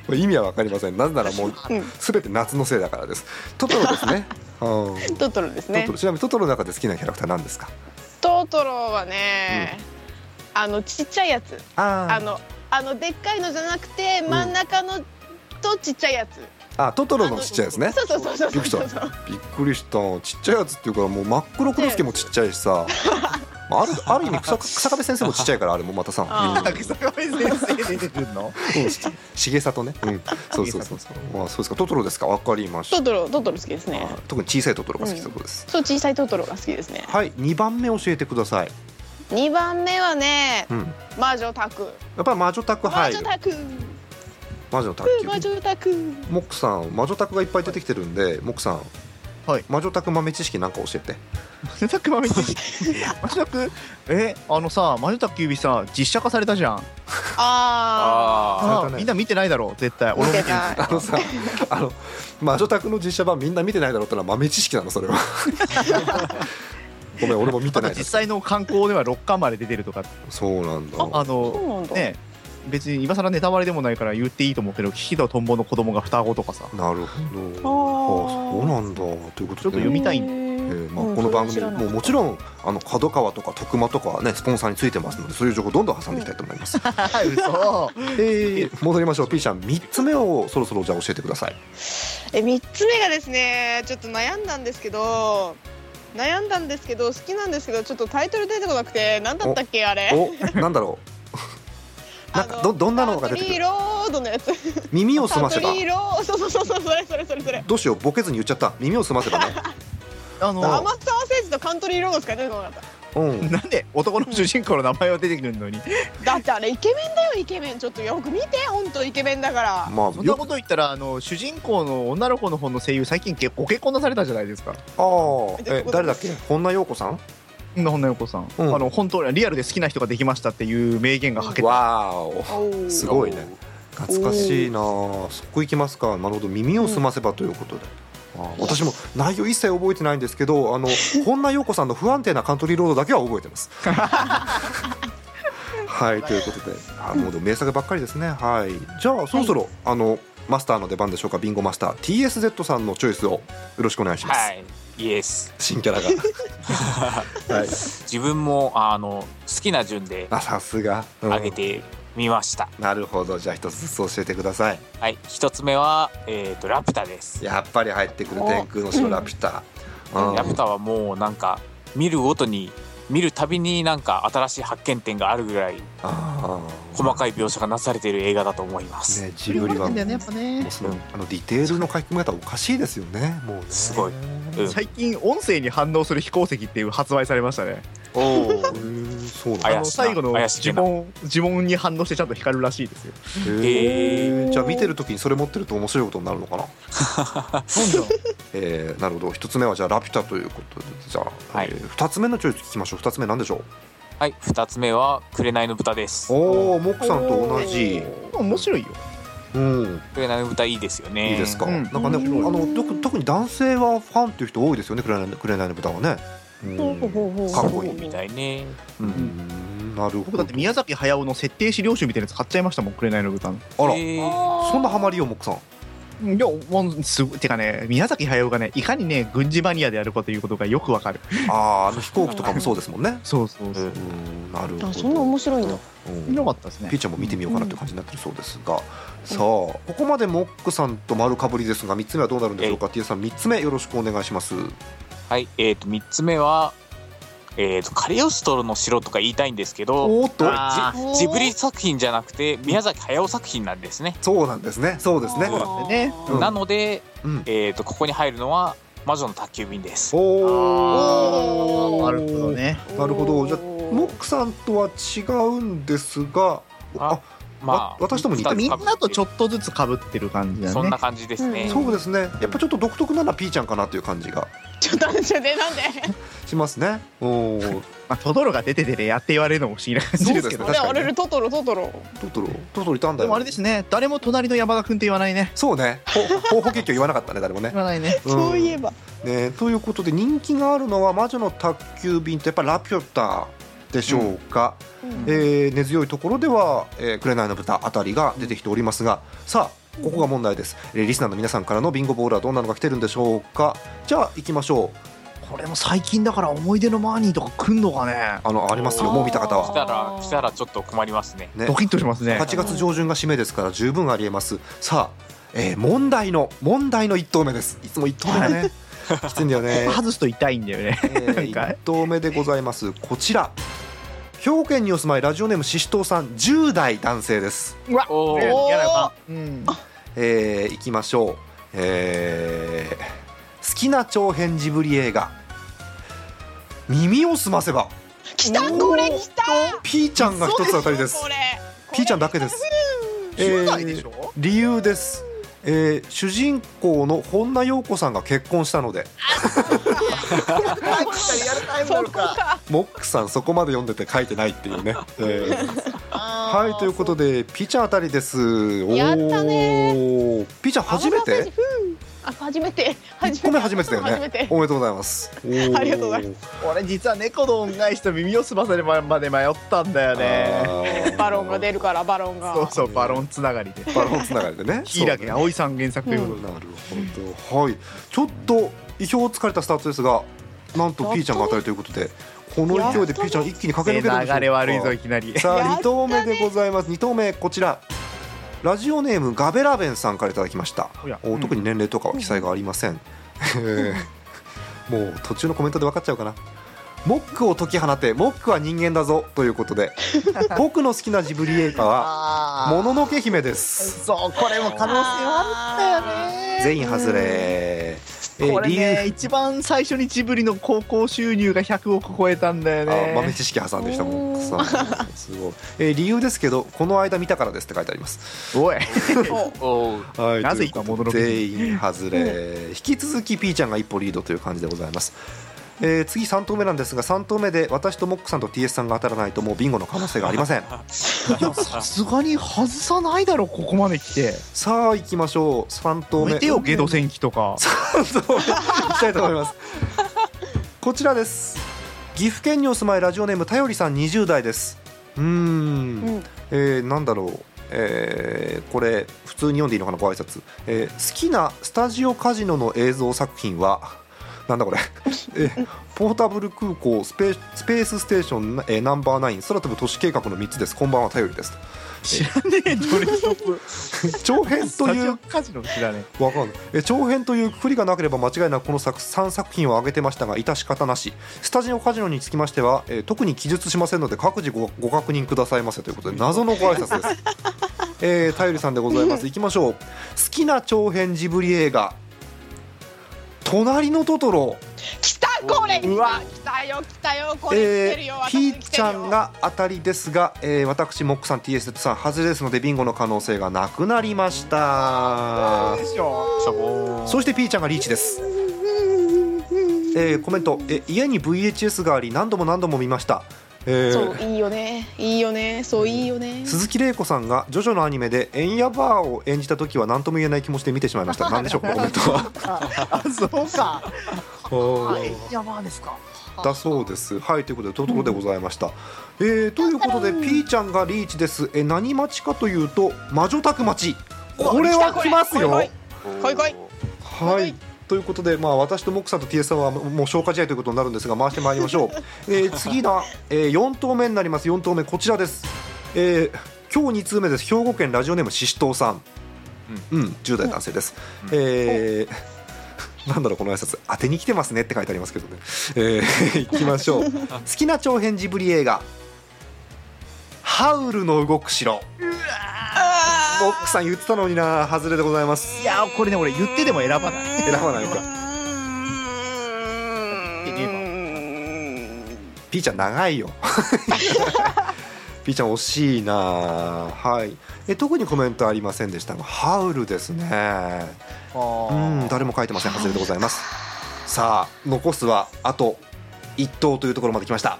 Speaker 3: もう意味はわかりませんなぜならもうすべて夏のせいだからですトトロです ねうん
Speaker 4: トトロです
Speaker 3: ト
Speaker 4: ね
Speaker 3: トロちなみにトトロの中で好きなキャラクターなんですか
Speaker 4: トトロはね、あのちっちゃいやつあ
Speaker 3: あ
Speaker 4: のあのでっかいのじゃなくて真ん中の、とちっちゃいやつ
Speaker 3: ああトトロのちっちゃいですね
Speaker 4: そうそうそうそう
Speaker 3: びっくり
Speaker 4: そう
Speaker 3: したびっくりしたちっちゃいやつっていうからもう真っ黒黒助もちっちゃいし さまああるある意味草草壁先生もちっちゃいからあれもまたさ
Speaker 4: あー
Speaker 8: 草壁先生出てくる の
Speaker 3: 重里ね、うん、そうそうそうそうまあそうですかトトロですかわかりまし
Speaker 4: ト
Speaker 3: た
Speaker 4: トロトトロ好きですね
Speaker 3: あ特に小さいトトロが好きそうです、
Speaker 4: そう小さいトトロが好きですね
Speaker 3: はい二番目教えてください、
Speaker 4: 二番目はね
Speaker 3: うん、や
Speaker 4: 魔女宅
Speaker 3: っぱり魔女宅
Speaker 4: 魔
Speaker 3: 入る
Speaker 4: 女宅
Speaker 3: 魔女宅
Speaker 4: 魔女宅
Speaker 3: モックさん魔女宅がいっぱい出てきてるんでモックさん、
Speaker 8: はい
Speaker 3: 魔女宅豆知識なんか教えて
Speaker 8: マジタクマミマジタクえあのさマジタク指さ実写化されたじゃん
Speaker 4: あ
Speaker 5: あ
Speaker 3: さ
Speaker 8: あ
Speaker 3: れた
Speaker 8: ー
Speaker 3: ね
Speaker 8: みんな見てないだろう絶対俺も見て
Speaker 4: 見
Speaker 8: る
Speaker 4: てない
Speaker 3: あのさあの魔女宅の実写版みんな見てないだろうってのは豆知識なの それはごめん俺も見て
Speaker 8: あ
Speaker 3: な
Speaker 8: と
Speaker 3: いで
Speaker 8: 実
Speaker 3: す
Speaker 8: 際の観光では6巻まで出てるとか
Speaker 3: そうなんだ
Speaker 8: あ
Speaker 4: あそう
Speaker 8: の
Speaker 4: なんだ、
Speaker 8: ね別に今更ネタバレでもないから言っていいと思うけどキキとトンボの子供が双子とかさ
Speaker 3: なるほどあ
Speaker 4: あー
Speaker 3: そうなんだということで
Speaker 8: ちょっと読みたいんだ
Speaker 3: えーまあ、この番組もうもちろんあの角川とか徳間とかはねスポンサーについてますのでそういう情報どんどん挟んでいきたいと思います、え
Speaker 8: 嘘
Speaker 3: ー戻りましょう P ちゃん3つ目をそろそろじゃあ教えてください
Speaker 4: え三つ目がですねちょっと悩んだんですけど悩んだんですけど好きなんですけどちょっとタイトル出てこなくて何だったっけあれ
Speaker 3: おなんだろ うなんかどどんなのが出てく
Speaker 4: サントリー
Speaker 3: る
Speaker 4: ロードのやつ
Speaker 3: 耳を澄ま
Speaker 4: サ
Speaker 3: せ
Speaker 4: ント
Speaker 3: ば
Speaker 4: リーロードそうそうそうそうそれそれそれそれ
Speaker 3: どうしようボケずに言っちゃった耳を澄ませばね
Speaker 8: あ
Speaker 4: 甘
Speaker 8: の
Speaker 4: 沢誠治とカントリーロードしか出てこなかっ
Speaker 3: うん
Speaker 8: なんで男の主人公の名前は出てくるのに
Speaker 4: ただってあれイケメンだよイケメンちょっとよく見て本当イケメンだから
Speaker 3: ま
Speaker 8: そ
Speaker 3: あ
Speaker 8: んな
Speaker 3: よ
Speaker 8: こ
Speaker 3: く
Speaker 8: と言ったらあの主人公の女の子の方の声優最近結ご結婚なされたじゃないですか
Speaker 3: あー
Speaker 4: どういう
Speaker 3: え
Speaker 4: こと
Speaker 3: 誰だっけ本名陽子さん
Speaker 8: 本田洋子さん、
Speaker 3: うん
Speaker 8: あの本当にリアルで好きな人ができましたっていう名言が吐けた
Speaker 3: わーお
Speaker 4: おー
Speaker 3: すごいね懐かしいなあそこ行きますかなるほど耳を澄ませばということで、あー私も内容一切覚えてないんですけどあ の本名陽子さんの不安定なカントリーロードだけは覚えてます はいということであーもうでも名作ばっかりですねはいじゃあそろそろ、あのマスターの出番でしょうかビンゴマスター TSZ さんのチョイスをよろしくお願いします、
Speaker 5: はいイエス
Speaker 3: 新キ ャラがはい
Speaker 5: 自分もあの好きな順で
Speaker 3: あさすが、うん
Speaker 5: 上げてみました、
Speaker 3: なるほどじゃあ一つずつ教えてください
Speaker 5: はい一つ目は、えー、とラピュタです
Speaker 3: やっぱり入ってくる天空の城ラピュタ。うん
Speaker 5: ラピュタはもうなんか見るごとに見るたびになんか新しい発見点があるぐらい
Speaker 3: あー
Speaker 5: 細かい描写がなされている映画だと思います、
Speaker 3: ねジブリはもう
Speaker 8: やっぱね
Speaker 3: そのあのディテールの書き込み方おかしいですよねもうね
Speaker 5: すごいうん
Speaker 8: 最近音声に反応する飛行石っていう発売されましたね
Speaker 5: おお
Speaker 3: えー、そうなん
Speaker 5: 怪しい
Speaker 3: だ
Speaker 5: な
Speaker 8: あの最後の
Speaker 5: 怪しいな
Speaker 8: 呪文呪文に反応してちゃんと光るらしいですよ
Speaker 3: へ
Speaker 5: へ
Speaker 3: ーじゃあ見てる時にそれ持ってると面白いことになるのかな、
Speaker 8: なんだ
Speaker 3: えーなるほど一つ目はじゃあ「ラピュタ」ということでじゃあ、
Speaker 5: はい
Speaker 3: えー二つ目のチョイス聞きましょう二つ目なんでしょう
Speaker 5: はい二つ目は紅の豚です
Speaker 3: おおモックさんと同じ
Speaker 8: 面白いよ
Speaker 3: うん
Speaker 5: 紅の豚いいですよね
Speaker 3: いいですか、
Speaker 8: うん
Speaker 3: なんかね、
Speaker 8: 面白い
Speaker 3: あの特特に男性はファンっていう人多いですよね「くれないくれないの豚」はね、うんかっこいい
Speaker 5: みたいね
Speaker 3: うんなるほ
Speaker 8: 僕
Speaker 3: ど
Speaker 8: だって宮崎駿の設定資料集みたいなやつ買っちゃいましたもん「紅の豚の」
Speaker 3: あら
Speaker 5: へー
Speaker 3: そんなハマりよモックさん
Speaker 8: いやもうすごいてかね宮崎駿がねいかにね軍事マニアであるかということがよくわかる
Speaker 3: あーあの飛行機とかもそうですもんね
Speaker 8: そうそうそううん
Speaker 3: うんなるほど
Speaker 4: あそんな面白いんだ
Speaker 3: うん
Speaker 8: 見なかったですね
Speaker 3: ピーちゃんも見てみようかなという感じになってるそうですが、さあここまでモックさんと丸かぶりですが3つ目はどうなるんでしょうか T さん3つ目よろしくお願いします
Speaker 5: はいえー、と3つ目は、えー、とカリオストロの城とか言いたいんですけど
Speaker 3: おーっと
Speaker 8: あ
Speaker 5: ジジブリ作品じゃなくて宮崎駿作品なんですね、
Speaker 3: そうなんですねそうですね
Speaker 8: そうなんだよね
Speaker 3: うん
Speaker 5: なので、
Speaker 3: うん
Speaker 5: えー、とここに入るのは魔女の宅急便です
Speaker 3: お
Speaker 4: お
Speaker 3: お
Speaker 8: なるほどね
Speaker 3: なるほどじゃあモックさんとは違うんですがあ
Speaker 5: あまあ
Speaker 3: わ私とも似てる
Speaker 8: みんなとちょ
Speaker 5: っ
Speaker 8: っとずつかぶってる感じだね
Speaker 5: そんな感じですね、
Speaker 3: そうですねやっぱちょっと独特なのはピーちゃんかなという感じが
Speaker 4: ちょっと待ってなんで
Speaker 3: しますねおお
Speaker 8: まあ、トドロが出ててねやって言われるのも不思議な感じですけど
Speaker 3: そうですね確かに
Speaker 4: あれトトロトトロ
Speaker 3: トトロトトロいたんだ
Speaker 8: で
Speaker 3: よ
Speaker 8: もあれですね誰も隣の山田君って言わないね
Speaker 3: そうねほ方法結局言わなかったね誰 もね
Speaker 8: 言わないね
Speaker 4: そういえ
Speaker 3: ば
Speaker 4: ば
Speaker 3: ね、ということで人気があるのは「魔女の宅急便」とやっぱ「ラピュタ」でしょうか、
Speaker 8: ん
Speaker 3: えー根強いところでは「えー、紅の豚」あたりが出てきておりますがさあここが問題です、えーリスナーの皆さんからのビンゴボールはどんなのが来てるんでしょうかじゃあ行きましょう
Speaker 8: これも最近だから思い出のマーニーとか来んのかね
Speaker 3: あのありますよもう見た方
Speaker 5: 来
Speaker 3: は、
Speaker 5: たら来たらちょっと困りますね
Speaker 3: ね
Speaker 8: ド、キッとしますね
Speaker 3: 8月上旬が締めですから十分ありえますさあ、えー問題の問題の1投目ですいつも1投目がねきついんだよ ね
Speaker 8: 外すと痛いんだよね
Speaker 3: えー、
Speaker 8: なんか
Speaker 3: 1投目でございますこちら兵庫県にお住まいラジオネームししとうさん10代男性です、
Speaker 5: お
Speaker 8: 嫌
Speaker 5: お
Speaker 8: な予感 うん
Speaker 3: えー、いきましょう、えー好きな長編ジブリ映画「耳をすませば
Speaker 4: 来たこれ来た」
Speaker 3: ピーちゃんが一つ当たりです
Speaker 4: これ
Speaker 3: ピーちゃんだけです
Speaker 8: 10代でしょ
Speaker 3: えー理由です、えー主人公の本名陽子さんが結婚したの で
Speaker 4: そこか
Speaker 3: モックさんそこまで読んでて書いてないっていう ね、えー
Speaker 4: は
Speaker 3: はいということでピーちゃんあたりですおー
Speaker 4: やったね
Speaker 3: ピーちゃん初めて
Speaker 4: あ初めて初めて
Speaker 3: ごめん初めてだよ
Speaker 4: 初め
Speaker 3: ね
Speaker 4: て
Speaker 3: おめでとうございますあり
Speaker 4: ありがとうござい
Speaker 3: ます
Speaker 8: 俺実は猫の恩返しと耳をすませるまで迷ったんだよね
Speaker 4: バロンが出るからバロンが
Speaker 8: そうそうバロンつながりで
Speaker 3: バロンつながりでね
Speaker 8: 柊木葵さん原作という
Speaker 3: そう
Speaker 8: こ
Speaker 3: ねなるほどはいちょっと意表をつかれたスタートですがなんとピーちゃんが当たりということでこの勢いでピーちゃん一気に
Speaker 8: と
Speaker 3: 駆
Speaker 8: で、
Speaker 3: け抜けるんでしょうか
Speaker 8: 流れ悪いぞいきなり
Speaker 3: さ
Speaker 4: やった
Speaker 3: あ
Speaker 4: ね
Speaker 3: 二投目でございます二投目こちらラジオネームガベラベンさんからいただきました
Speaker 8: おや
Speaker 3: お特に年齢とかは記載がありません、 えーもう途中のコメントで分かっちゃうかなモックを解き放てモックは人間だぞということ で僕の好きなジブリ映画は「もののけ姫」です
Speaker 8: そうこれも可能性はあるんだよね
Speaker 3: 全員外れ、えー
Speaker 8: これ
Speaker 3: 理
Speaker 8: ね
Speaker 3: 由
Speaker 8: 一番最初にジブリの高校収入が100億超えたんだよ
Speaker 3: あ豆
Speaker 8: ね
Speaker 3: 知識挟んできたモックさんすごい、えー理由ですけどこの間見たからですって書いてあります
Speaker 8: おい
Speaker 5: おう
Speaker 3: はい、
Speaker 8: なぜ
Speaker 3: という
Speaker 8: 今
Speaker 3: ことで
Speaker 8: 戻ろう
Speaker 3: 全員外れ引き続きピーちゃんが一歩リードという感じでございます、えー次3投目なんですが3投目で私とモックさんと TS さんが当たらないともうビンゴの可能性がありませ ん
Speaker 8: さすがに外さないだろここまで来て
Speaker 3: さあ行きましょう3投目
Speaker 8: 見てよゲド戦記とか
Speaker 3: 3投目行きたいと思いますこちらです岐阜県にお住まいラジオネームたよりさん20代ですうーん
Speaker 4: うん
Speaker 3: えーなんだろう、えーこれ普通に読んでいいのかなご挨拶、えー好きなスタジオカジノの映像作品はなんだこれ、 えーポータブル空港スペスペースステーション、えーナンバーナイン空飛ぶ都市計画の3つですこんばんは頼りです
Speaker 8: 知ら ねえどれ一つ
Speaker 3: 長編と
Speaker 8: と
Speaker 3: い
Speaker 8: いううカジノ知らね
Speaker 3: わかんないえ長編というくくりがなければ間違いなくこの作3作品を挙げてましたが致し方なしスタジオカジノにつきましては、えー特に記述しませんので各自ごご確認くださいませということで謎のご挨拶 ですえー、頼りさんでございますいきましょう好きな長編ジブリ映画「隣のトトロ
Speaker 4: 来たこれ
Speaker 6: うわ
Speaker 4: 来たよ来たよこれ来
Speaker 3: え
Speaker 4: てるよ、
Speaker 3: ー、
Speaker 4: 私
Speaker 3: P
Speaker 4: 来
Speaker 3: ち
Speaker 4: てるよ
Speaker 3: ゃんが当たりですが、えー、私モックさん TS さん外れですのでビンゴの可能性がなくなりました
Speaker 6: でしょ
Speaker 5: しょぼーん
Speaker 3: そして P ちゃんがリーチです、えー、コメントえ「家に VHS があり何度も何度も見ました」えー
Speaker 4: そういいよねいいよねそういいよね
Speaker 3: 鈴木玲子さんがジョジョのアニメでエンヤバーを演じた時は何とも言えない気持ちで見てしまいました。なんでしょうかコメントは。
Speaker 8: あそうか
Speaker 3: はい
Speaker 8: やばですか
Speaker 3: だそうです。はいということでというところでございました。えー、ということで P ちゃんがリーチです。え何町かというと魔女宅町。これは来ますよ。
Speaker 4: こ
Speaker 3: は
Speaker 4: れ来い来いこ
Speaker 3: い。ということで、まあ、私とモックさんと TS さんはもうもう消化試合ということになるんですが回してまいりましょう、えー次が、え4投目になります4投目こちらです、えー今日2通目です兵庫県ラジオネームししとうさん、うん10代男性です、
Speaker 5: うん
Speaker 3: えーなんだろうこの挨拶当てに来てますねって書いてありますけどね、えー いきましょう好きな長編ジブリ映画「ハウルの動く城」モックさん言ってたのにな外れでございます
Speaker 8: いやこれね俺言ってでも選ばない
Speaker 3: 選ばないのかピーちゃん長いよ。 ピーちゃん惜しいな。はい。え特にコメントありませんでしたが、ハウルですね。うん、誰も書いてません。外れでございます。さあ残すはあと一投というところまで来ました。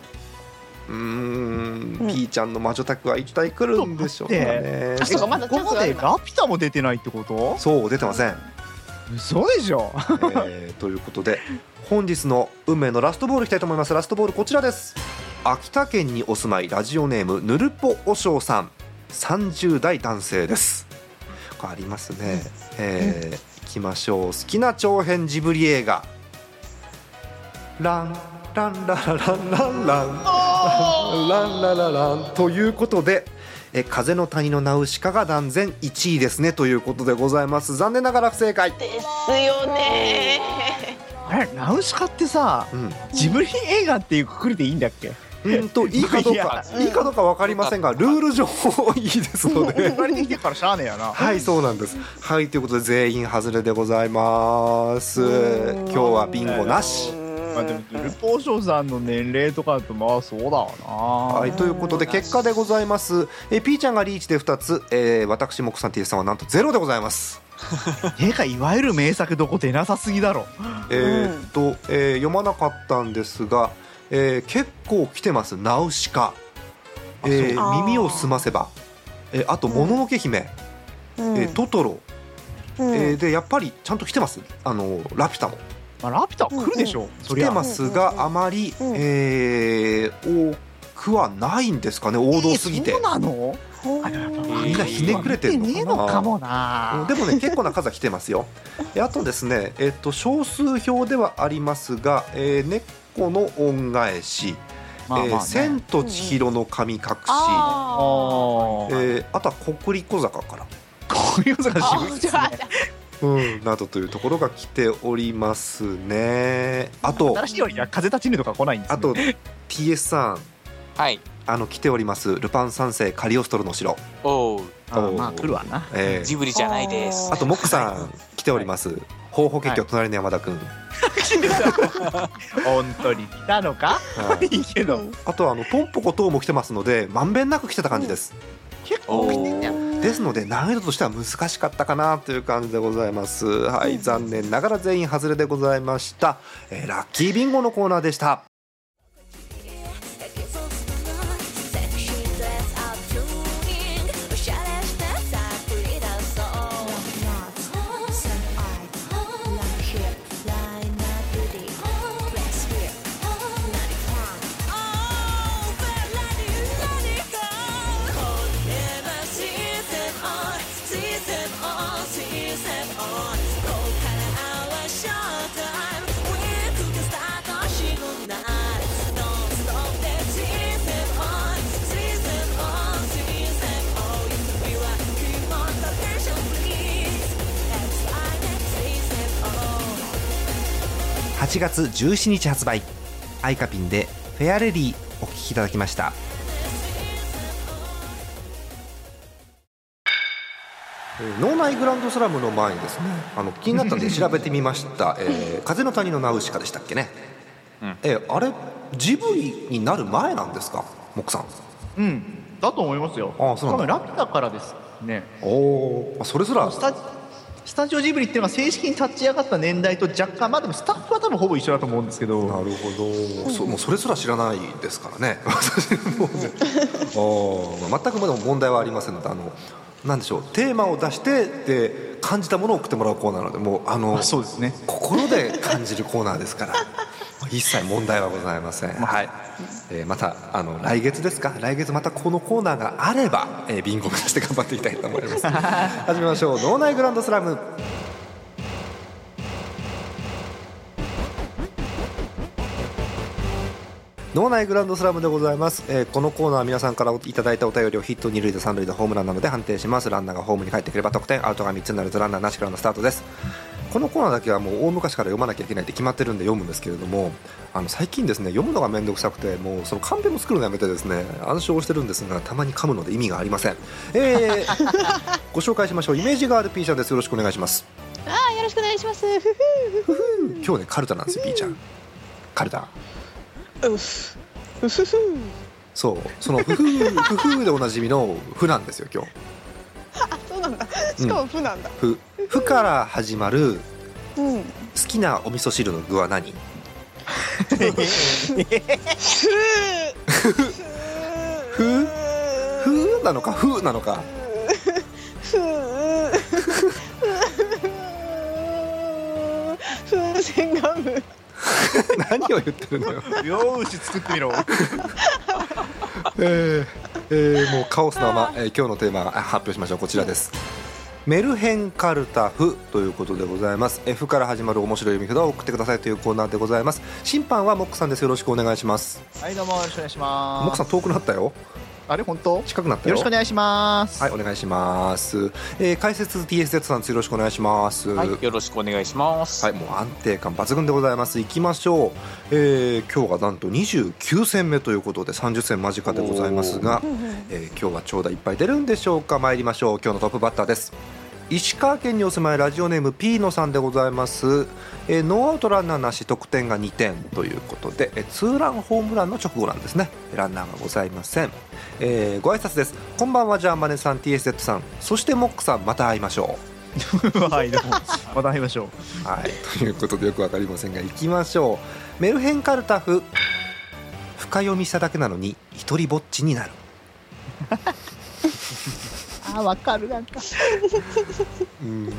Speaker 3: うーん、
Speaker 4: うん
Speaker 3: ピーちゃんの魔女宅は一体来るんでしょうかね
Speaker 4: あ。そうかまだチ
Speaker 8: こ
Speaker 4: ャンス
Speaker 8: こ
Speaker 4: があ
Speaker 8: まで
Speaker 4: るな
Speaker 8: ラピュタも出てないってこと
Speaker 3: そう出てません。
Speaker 8: 嘘でしょ
Speaker 3: えーということで本日の運命のラストボールいきたいと思いますラストボールこちらです秋田県にお住まいラジオネームぬるぽおしょうさん30代男性ですこれありますねえー、いきましょう好きな長編ジブリ映画ランランララランランランランララランということでえ風の谷のナウシカが断然1位ですねということでございます残念ながら不正解
Speaker 4: ですよね
Speaker 8: あれナウシカってさ
Speaker 3: うん
Speaker 8: ジブリ映画っていうくくりでいいんだっけ
Speaker 3: うんといいかどう
Speaker 8: い
Speaker 3: か
Speaker 8: や
Speaker 3: いいかどうかわかりませんがルール上いいですので
Speaker 8: 生まれてきてからしゃあねえやな
Speaker 3: はいそうなんですはいということで全員外れでございます今日はビンゴなし
Speaker 8: まあでもルポーションさんの年齢とかだとまあそうだわな
Speaker 3: は
Speaker 8: はい
Speaker 3: ということで結果でございますえー、ーちゃんがリーチで2つ、えー、私もくさん T さんはなんとゼロでございます
Speaker 8: てかいわゆる名作どこ出なさすぎだろ
Speaker 3: えーっと、えー読まなかったんですが、えー結構来てますナウシカ、えー
Speaker 4: あー
Speaker 3: 耳をすませば、えーあともののけ姫、えートトロ、
Speaker 4: うん
Speaker 3: えーでやっぱりちゃんと来てますあのラピュタも
Speaker 8: まあラピュタは来るでしょそ
Speaker 3: 来
Speaker 8: り
Speaker 3: て
Speaker 8: ゃ
Speaker 3: ますがあまり、えー多くはないんですかね王道すぎて、
Speaker 8: えーそうなのあでもやっぱ
Speaker 3: みんなひねくれてる
Speaker 8: 見ねえ
Speaker 3: のか
Speaker 8: の
Speaker 3: な
Speaker 8: かもな
Speaker 3: でもね結構な数は来てますよえあとですねえっと少数表ではありますが「えー、根っこの恩返し」
Speaker 8: まあまあね
Speaker 3: えー千と千尋の神隠し」
Speaker 8: あ
Speaker 4: あ
Speaker 8: ー
Speaker 3: えーあとは「コリコ坂」から。
Speaker 8: こういうのが渋いっすね
Speaker 3: うん、などというところが来ておりますね。あと、
Speaker 8: 新しいよりは風立ちぬとか来ないんですね
Speaker 3: あと T. S. さん、
Speaker 5: はい
Speaker 3: あの来ておりますルパン三世カリオストロの城、
Speaker 5: おう
Speaker 8: あーまあ来るわな
Speaker 3: えー
Speaker 5: ジブリじゃないです
Speaker 3: あとモックさん来ております。方法結局隣の山田君、
Speaker 8: 本当に来たのか
Speaker 3: はい
Speaker 8: いいけど
Speaker 3: あとはあのポンポコ等も来てますので、まんべんなく来てた感じです。
Speaker 8: 結
Speaker 5: お
Speaker 8: 構来てんじゃん
Speaker 4: ー
Speaker 3: ですので難易度としては難しかったかなという感じでございます。はい、残念ながら全員外れでございました。えーラッキービンゴのコーナーでした。8月17日発売アイカピンでフェアレディお聞きいただきましたえー脳内グランドスラムの前にですねあの気になったんで調べてみました「えー風の谷のナウシカ」でしたっけね
Speaker 5: うん
Speaker 3: ええあれジブリになる前なんですかモックさん
Speaker 8: うんだと思いますよ
Speaker 3: あそうなんだ
Speaker 8: 多分ラピュタからですね
Speaker 3: おおーあそれすら
Speaker 8: スタスタジオジブリっていうのは正式に立ち上がった年代と若干まあでもスタッフは多分ほぼ一緒だと思うんですけど
Speaker 3: なるほど、そもうそれすら知らないですからね、 私もうねあーまあ全くまだ問題はありませんので、あのなんでしょう、テーマを出してで感じたものを送ってもらうコーナーなので、もうあの
Speaker 8: あそうですね
Speaker 3: 心で感じるコーナーですから、 一切問題はございません。はいえーまたあの来月ですか来月またこのコーナーがあれば、えー、ビンゴ目指して頑張っていきたいと思います始めましょう脳内グランドスラム脳内グランドスラムでございます、えーこのコーナーは皆さんからいただいたお便りをヒット二塁で三塁でホームランなので判定しますランナーがホームに帰ってくれば得点アウトが3つになるとランナーなしからのスタートですこのコーナーだけはもう大昔から読まなきゃいけないって決まってるんで読むんですけれどもあの最近ですね読むのが面倒くさくてもうそのカンペも作るのやめてですね暗唱してるんですがたまに噛むので意味がありませんえー、 ご紹介しましょうイメージガール P ちゃんですよろしくお願いします
Speaker 4: あーよろしくお願いしますふふ
Speaker 3: 今日ねカルタなんですよ P ちゃんカルタ
Speaker 4: うっふうっふふ
Speaker 3: そうその「ふふーふふーでおなじみの「ふ」なんですよ今日
Speaker 4: あそうなんだしかも不なんだ
Speaker 3: ふ「ふ」から始まる
Speaker 4: うん
Speaker 3: 好きなお味噌汁の具は何
Speaker 4: ふ
Speaker 3: ふ「
Speaker 4: ふ
Speaker 3: ふ」なのか「ふ」なのか
Speaker 4: ふう風船ガム
Speaker 3: 何を言ってるのよ、
Speaker 6: よーし作ってみろ
Speaker 3: えーえーもうカオスなまま、えー今日のテーマあ発表しましょうこちらですメルヘンカルタフということでございます F から始まる面白い読み札を送ってくださいというコーナーでございます審判はモックさんですよろしくお願いします
Speaker 8: はいどうもよろしくお願いし
Speaker 3: モッ
Speaker 8: ま
Speaker 3: ク
Speaker 8: す
Speaker 3: さん遠くなったよ
Speaker 8: あれ本当よ
Speaker 3: 近くなったよ
Speaker 8: ろしくお願いします、
Speaker 3: はい、お願いします。えー、解説 TSZ さんです、よろしくお願いします。は、
Speaker 5: はいい、よろしくお願いします。
Speaker 3: もう安定感抜群でございます。行きましょう。えー、今日がなんと29戦目ということで30戦間近でございますが、えー今日は長打いっぱい出るんでしょうか。参りましょう。今日のトップバッターです。石川県にお住まいラジオネームピーノさんでございます、えーノーアウトランナーなし得点が2点ということで、えーツーランホームランの直後なんですねランナーがございません、えーご挨拶ですこんばんはジャーマネさん TSZ さんそしてモックさんまた会いましょう
Speaker 8: はいど うもまた会いましょう
Speaker 3: はい、 ということでよくわかりませんが行きましょうメルヘンカルタフ深読みしただけなのに一人ぼっちになる
Speaker 8: あ わかるなんか
Speaker 3: うーん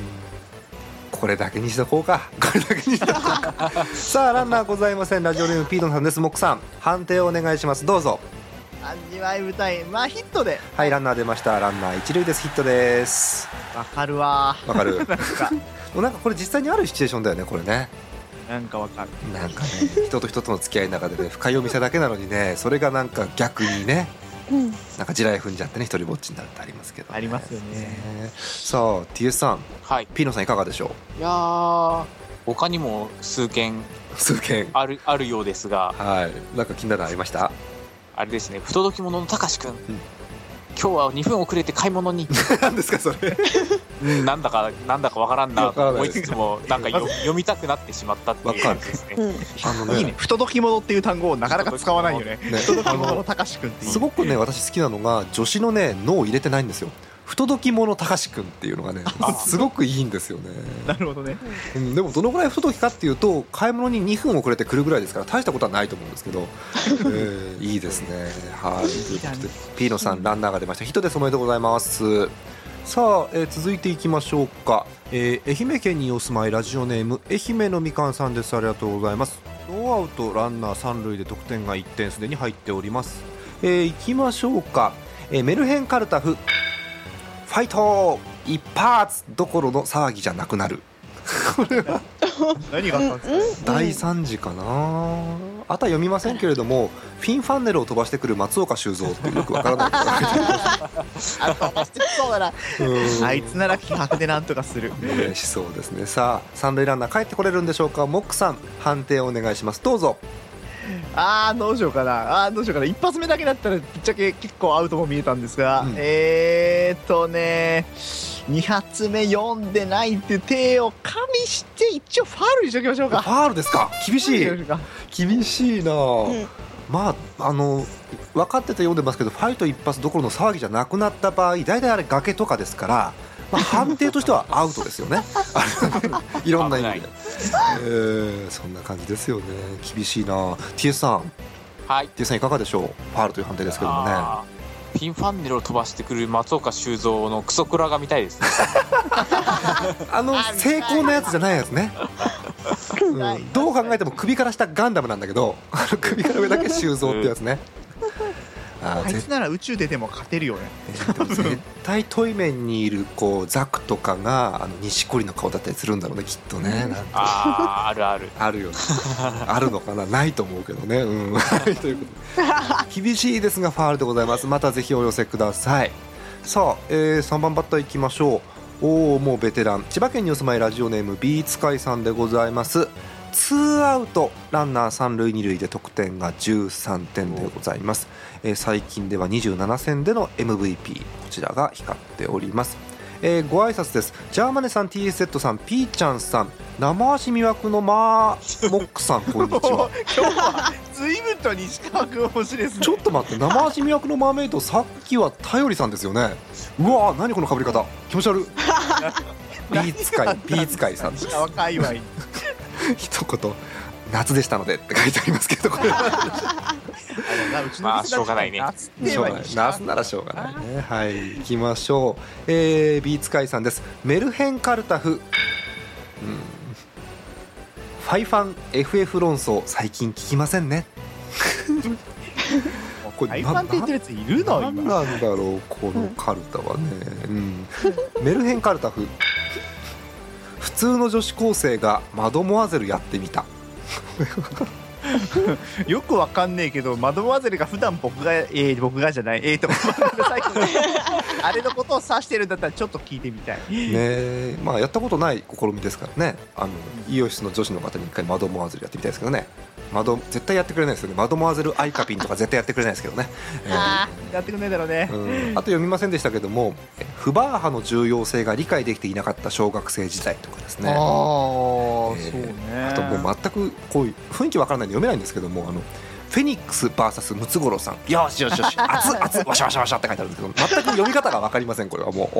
Speaker 3: これだけにしとこうか これだけにしとこう かさあランナーございませんラジオネームピードンさんですモックさん判定をお願いしますどうぞ
Speaker 8: 味わい舞台まあヒットで
Speaker 3: はいランナー出ましたランナー一塁ですヒットです
Speaker 8: わかるわ
Speaker 3: わかる なんかこれ実際にあるシチュエーションだよねこれね
Speaker 8: なんかわかる
Speaker 3: なんかね人と人との付き合いの中でね深読みしただけなのにねそれがなんか逆にね
Speaker 4: うん
Speaker 3: なんか地雷踏んじゃってね一人ぼっちになるってありますけど、
Speaker 8: ありますよね
Speaker 3: ねさあ TS さん
Speaker 5: はい、
Speaker 3: ピーノさんいかがでしょ
Speaker 5: いやー、他にも数件
Speaker 3: う数件
Speaker 5: あるあるようですが、
Speaker 3: はいなんか気になるのありました
Speaker 5: あれですね、不届き者のたかしくん。
Speaker 3: ん
Speaker 5: 今日は2分遅れて買い物に、
Speaker 3: 何ですかそれ
Speaker 5: うんなんだかなんだかわからんな
Speaker 3: わから
Speaker 5: と
Speaker 3: ない
Speaker 5: 思いつつもなんかよ読みたくなってしまったってい
Speaker 3: わ
Speaker 5: う
Speaker 3: か
Speaker 5: や
Speaker 3: る
Speaker 5: つですね
Speaker 4: う。ん
Speaker 3: あのね
Speaker 8: いいね不届き者っていう単語をなかなか使わないよね
Speaker 3: ね
Speaker 8: 不届き者のたかしくんってい
Speaker 3: す
Speaker 8: う
Speaker 3: ごくね私好きなのが女子のね脳を入れてないんですよ不届き者たかしくんっていうのがねすごくいいんですよね
Speaker 8: なるほどね
Speaker 3: うんでもどのぐらい不届きかっていうと買い物に2分遅れてくるぐらいですから大したことはないと思うんですけ ど、えーいいですねはいということでピーノさんランナーが出ましたヒットですおめでとうございますさあ、えー続いていきましょうか、えー愛媛県にお住まいラジオネーム愛媛のみかんさんですありがとうございますノーアウトランナー三塁で得点が1点すでに入っております、えー、いきましょうか、えーメルヘンカルタフファイト一発どころの騒ぎじゃなくなる
Speaker 8: 何があったんですかね
Speaker 3: 第三次かな、あとは読みませんけれどもフィンファンネルを飛ばしてくる松岡修造っていうよくわからないことが書いてあり
Speaker 8: あ飛ばしてきそうだな
Speaker 3: ます
Speaker 8: あいつなら気迫でなんとかする
Speaker 3: えーしそうですねさあ三塁ランナー帰ってこれるんでしょうかモックさん判定をお願いしますどうぞ
Speaker 8: あーどうしようかなあーどうしようかな一発目だけだったらぶっちゃけ結構アウトも見えたんですが、
Speaker 3: うん
Speaker 8: えーっとね2発目読んでないって手を加味して一応ファールにしときましょう
Speaker 3: フ
Speaker 8: か
Speaker 3: ァールですか厳しい
Speaker 8: ファウルにしときましょうか
Speaker 3: 厳しいなあ、
Speaker 4: うん
Speaker 3: まああの分かってて読んでますけどファイト一発どころの騒ぎじゃなくなった場合大体あれ崖とかですから、まあ、判定としてはアウトですよねいろんな意味
Speaker 5: 危
Speaker 3: で
Speaker 5: な、
Speaker 3: えーそんな感じですよね厳しいな TS さん
Speaker 5: はい
Speaker 3: TS さんいかがでしょうファールという判定ですけどもね
Speaker 5: あーピンファンネルを飛ばしてくる松岡修造のクソクラが見たいですね
Speaker 3: あの成功なやつじゃないやつね、うん、どう考えても首から下ガンダムなんだけどあの首から上だけ修造ってやつねあ
Speaker 8: あ
Speaker 3: ー
Speaker 8: いつなら宇宙出ても勝てるよね
Speaker 3: 絶対トイメンにいるこうザクとかがあの錦織の顔だったりするんだろうねきっとねなんか
Speaker 5: あああるある
Speaker 3: あるよねあるのかなないと思うけどねうん はいということで厳しいですがファールでございますまたぜひお寄せくださいさあ、え3番バッターいきましょうおおもうベテラン千葉県にお住まいラジオネームビーツカイさんでございますツーアウトランナー三塁二塁で得点が13点でございます、えー最近では27戦での MVP こちらが光っておりますえーご挨拶ですジャーマネさん TSZ さんピーちゃんさん生足魅惑のマーモックさんこんにちは
Speaker 8: 今日は随分と西川君推しですね
Speaker 3: ちょっと待って生足魅惑のマーメイドさっきは頼りさんですよねうわー何この被り方気持ち悪 いビーツ界ビーツ界さんです
Speaker 8: 西川界隈
Speaker 3: 一言夏でしたのでって書いてありますけ どこれは
Speaker 5: まあしょうがないね
Speaker 8: 夏って言
Speaker 3: し
Speaker 8: え
Speaker 3: ょう
Speaker 8: ば
Speaker 3: が
Speaker 8: いい
Speaker 3: ない
Speaker 8: んじゃ
Speaker 3: 夏ならしょうがないねはい行きましょう、えー、ビーツ界さんですメルヘンカルタフ、うん、ファイファン FF 論争最近聞きません ねこ
Speaker 8: ハ
Speaker 3: れ
Speaker 8: イ
Speaker 3: な
Speaker 8: パンって言ってるやついるの
Speaker 3: 何な
Speaker 8: 今
Speaker 3: んだろうこのカルタはね、うん、メルヘンカルタフ普通の女子高生がマドモアゼルやってみた
Speaker 8: よくわかんねえけどマドモアゼルが普段僕がえー、僕がじゃないえー、と最後のあれのことを指してるんだったらちょっと聞いてみたい
Speaker 3: ねまあやったことない試みですからねあのイオシスの女子の方に一回マドモアゼルやってみたいですけどねマド絶対やってくれないですよねマドモアゼルアイカピンとか絶対やってくれないですけどね、えー
Speaker 8: やってくんないだろうね、
Speaker 3: うんあと読みませんでしたけどもえフバーハの重要性が理解できていなかった小学生時代とかですね
Speaker 8: ああ、
Speaker 3: えー
Speaker 8: そうね
Speaker 3: あともう全くこういう雰囲気わからないんで読めないんですけどもあのフェニックス VS ムツゴロウさんよしよしよし熱熱わしゃわしゃわしゃって書いてあるんですけど全く読み方がわかりませんこれはもう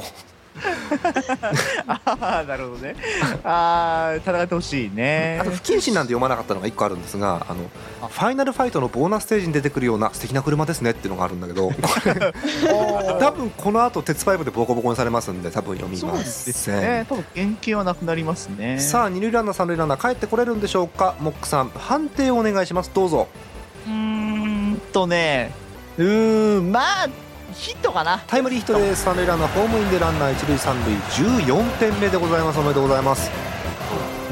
Speaker 8: ああ なるほどねああ戦ってほしいね
Speaker 3: あと不謹慎なんで読まなかったのが1個あるんですがあのファイナルファイトのボーナスステージに出てくるような素敵な車ですねっていうのがあるんだけ どこれ多分この後鉄パイプでボコボコにされますんで多分読み
Speaker 8: そう
Speaker 3: ま
Speaker 8: です
Speaker 3: せん
Speaker 8: ね多分原型はなくなりますね
Speaker 3: さあ二塁ランナー三塁ランナー帰ってこれるんでしょうかモックさん判定をお願いしますどうぞ
Speaker 8: うーんとねうーんまあヒットかな
Speaker 3: タイムリーヒットで三塁ランナーホームインでランナー一塁三塁14点目でございますおめでとうございます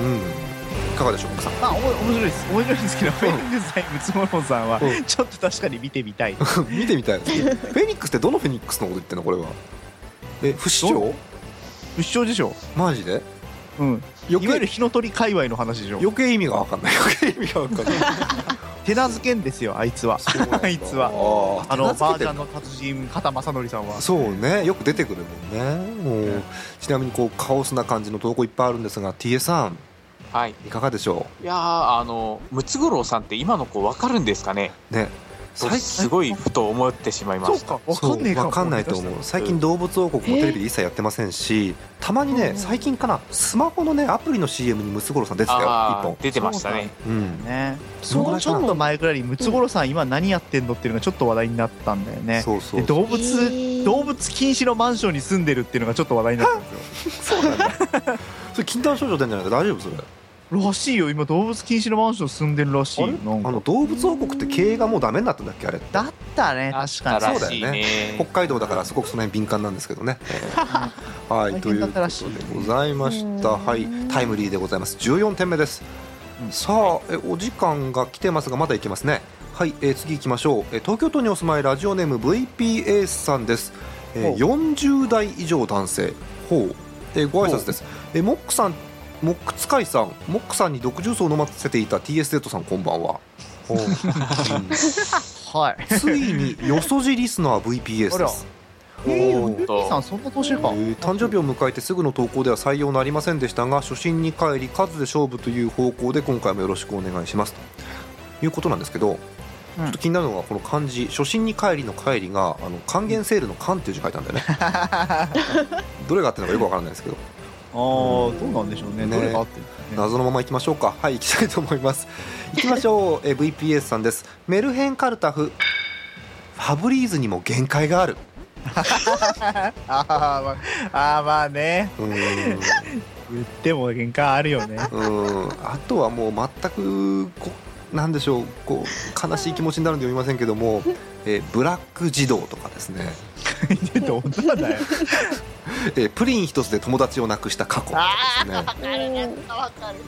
Speaker 3: うんいかがでしょう奥さん
Speaker 8: まあおも面白いです面白いですけど、フェニックス対ムツモロンさんは、
Speaker 3: うん
Speaker 8: ちょっと確かに見てみた い
Speaker 3: 見てみたいですねフェニックスってどのフェニックスのこと言ってんのこれはえ不死鳥
Speaker 8: 不死鳥でしょ
Speaker 3: マジで
Speaker 8: うん
Speaker 3: 余
Speaker 8: いわゆる
Speaker 3: 計
Speaker 8: 火の鳥界隈の話でしょ
Speaker 3: 余計意味が分かんない 余計意味が分かんない
Speaker 8: 手なずけんですよあいつは
Speaker 3: そうなんだ
Speaker 8: あいつは
Speaker 3: あー手
Speaker 8: あの
Speaker 3: な
Speaker 8: バ
Speaker 3: ず
Speaker 8: ー
Speaker 3: け
Speaker 8: ジ
Speaker 3: て
Speaker 8: ョ
Speaker 3: ん
Speaker 8: ン
Speaker 3: の
Speaker 8: の達人片正則さんは
Speaker 3: そうねよく出てくるもんねもうちなみにこうカオスな感じの投稿いっぱいあるんですが TA さん
Speaker 5: はい
Speaker 3: いかがでしょ
Speaker 5: いやーあのムツゴロウさんって今の子わかるんですかね
Speaker 3: うね
Speaker 5: と
Speaker 3: 最
Speaker 5: すごいふと思ってしまいま
Speaker 8: そう
Speaker 5: した
Speaker 8: かわかんねえか
Speaker 3: そうわかんないと思う最近動物王国もテレビで一切やってませんし、たまにね最近かなスマホのねアプリの CM にムツゴロウさん出てたよ一
Speaker 5: あ
Speaker 3: 本
Speaker 5: ー出てましたね
Speaker 3: うん
Speaker 8: ね
Speaker 3: そ
Speaker 8: そうのちょっと前ぐらいにムツゴロウさん今何やってんのっていうのがちょっと話題になったんだよね
Speaker 3: そうそう
Speaker 8: で動物、
Speaker 4: へー
Speaker 8: 動物禁止のマンションに住んでるっていうのがちょっと話題になったんですよ
Speaker 3: そうなんだそれ禁断症状出るんじゃないか大丈夫それ
Speaker 8: らしいよ今動物禁止のマンション住んでるらしい
Speaker 3: あれ
Speaker 8: よなん
Speaker 3: あ
Speaker 8: か
Speaker 3: の動物王国って経営がもうダメになったんだっけあれって
Speaker 8: だったね確かに
Speaker 5: ら
Speaker 3: そうだ
Speaker 5: しい
Speaker 3: よね
Speaker 5: ね
Speaker 3: 北海道だからすごくその辺敏感なんですけどね。は
Speaker 8: う
Speaker 3: い
Speaker 8: ん
Speaker 3: ということでございました。はいタイムリーでございます。14点目です。さあえお時間が来てますがまだいけますね。はい、えー次行きましょう。えー東京都にお住まいラジオネーム VPA さんです。えー、40代以上男性。ほう。えーご挨拶です。えーモックさん、モック使いさん、モックさんに毒ジュースを飲ませていた TSZ さんこんばんは。 ほううん
Speaker 8: はい
Speaker 3: ついによそじリスナー VPS
Speaker 8: あ
Speaker 3: で
Speaker 8: ら
Speaker 3: す
Speaker 8: えー、
Speaker 3: おー
Speaker 8: ルビーさんそんな年か、
Speaker 3: えー誕生日を迎えてすぐの投稿では採用なりませんでしたが初心に帰り数で勝負という方向で今回もよろしくお願いしますということなんですけど、
Speaker 8: うん
Speaker 3: ちょっと気になるのがこの漢字初心に帰りの帰りがあの還元セールの還っていう字書いたん だよねどれがあってるのかよくわからないですけど
Speaker 8: ああどうなんでしょうね
Speaker 3: ね
Speaker 8: どれが合ってるんだろうね
Speaker 3: 謎のまま行きましょうかはい行きたいと思います行きましょうえ VPS さんですメルヘンカルタフファブリーズにも限界がある
Speaker 8: あー、まあ、あーまあね
Speaker 3: うーん
Speaker 8: 言っても限界あ るよね
Speaker 3: うんあとはもう全くこなんでしょうこう悲しい気持ちになるんで読みませんけども、えーブラック児童とかですね、
Speaker 8: どんなだよ
Speaker 3: えープリン一つで友達を亡くした過去とかですね、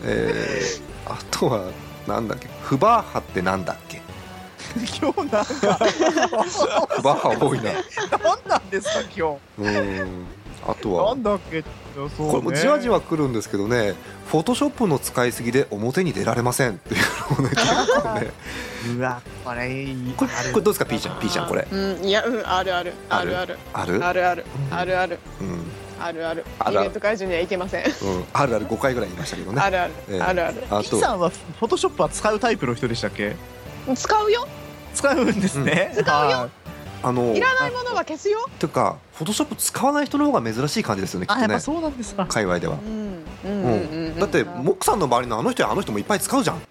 Speaker 3: えーあとはなんだっけフバーハってなんだっけ
Speaker 8: 今日なんか
Speaker 3: フバーハ多いな
Speaker 8: 何なんですか今
Speaker 3: うんあと
Speaker 8: 日
Speaker 3: は
Speaker 8: なんだっけそう、ね、
Speaker 3: これもじわじわ来るんですけどねフォトショップの使いすぎで表に出られませんっていうのもね結構ね
Speaker 8: うわこれいい
Speaker 3: これこれどうですか P ちゃん P ちゃんこれ
Speaker 4: うんいやうんあるある
Speaker 3: あ
Speaker 4: あ
Speaker 3: る
Speaker 4: るある
Speaker 3: ある
Speaker 4: あるあるあるある
Speaker 3: うん
Speaker 4: あるある
Speaker 3: あ
Speaker 4: イ
Speaker 3: るある
Speaker 4: ベント会場には行けません
Speaker 3: うん、あるある5回ぐらい言いましたけどね
Speaker 4: あるある
Speaker 3: ええ
Speaker 4: あるある
Speaker 3: あ
Speaker 8: P さんはフォトショップは使うタイプの人でしたっけ
Speaker 4: 使うよ
Speaker 8: 使うんですね、使うよ
Speaker 3: あの
Speaker 4: いらないものは消すよ
Speaker 3: ていうかフォトショップ使わない人の方が珍しい感じですよねきっ
Speaker 8: あ
Speaker 3: と
Speaker 8: やっ
Speaker 3: ね
Speaker 8: ぱそうなんですか
Speaker 3: 界隈では
Speaker 4: う、んうん
Speaker 3: う
Speaker 4: うん
Speaker 3: ん
Speaker 4: うん
Speaker 3: だってモックさんの周りのあの人やあの人もいっぱい使うじゃ ん
Speaker 8: うん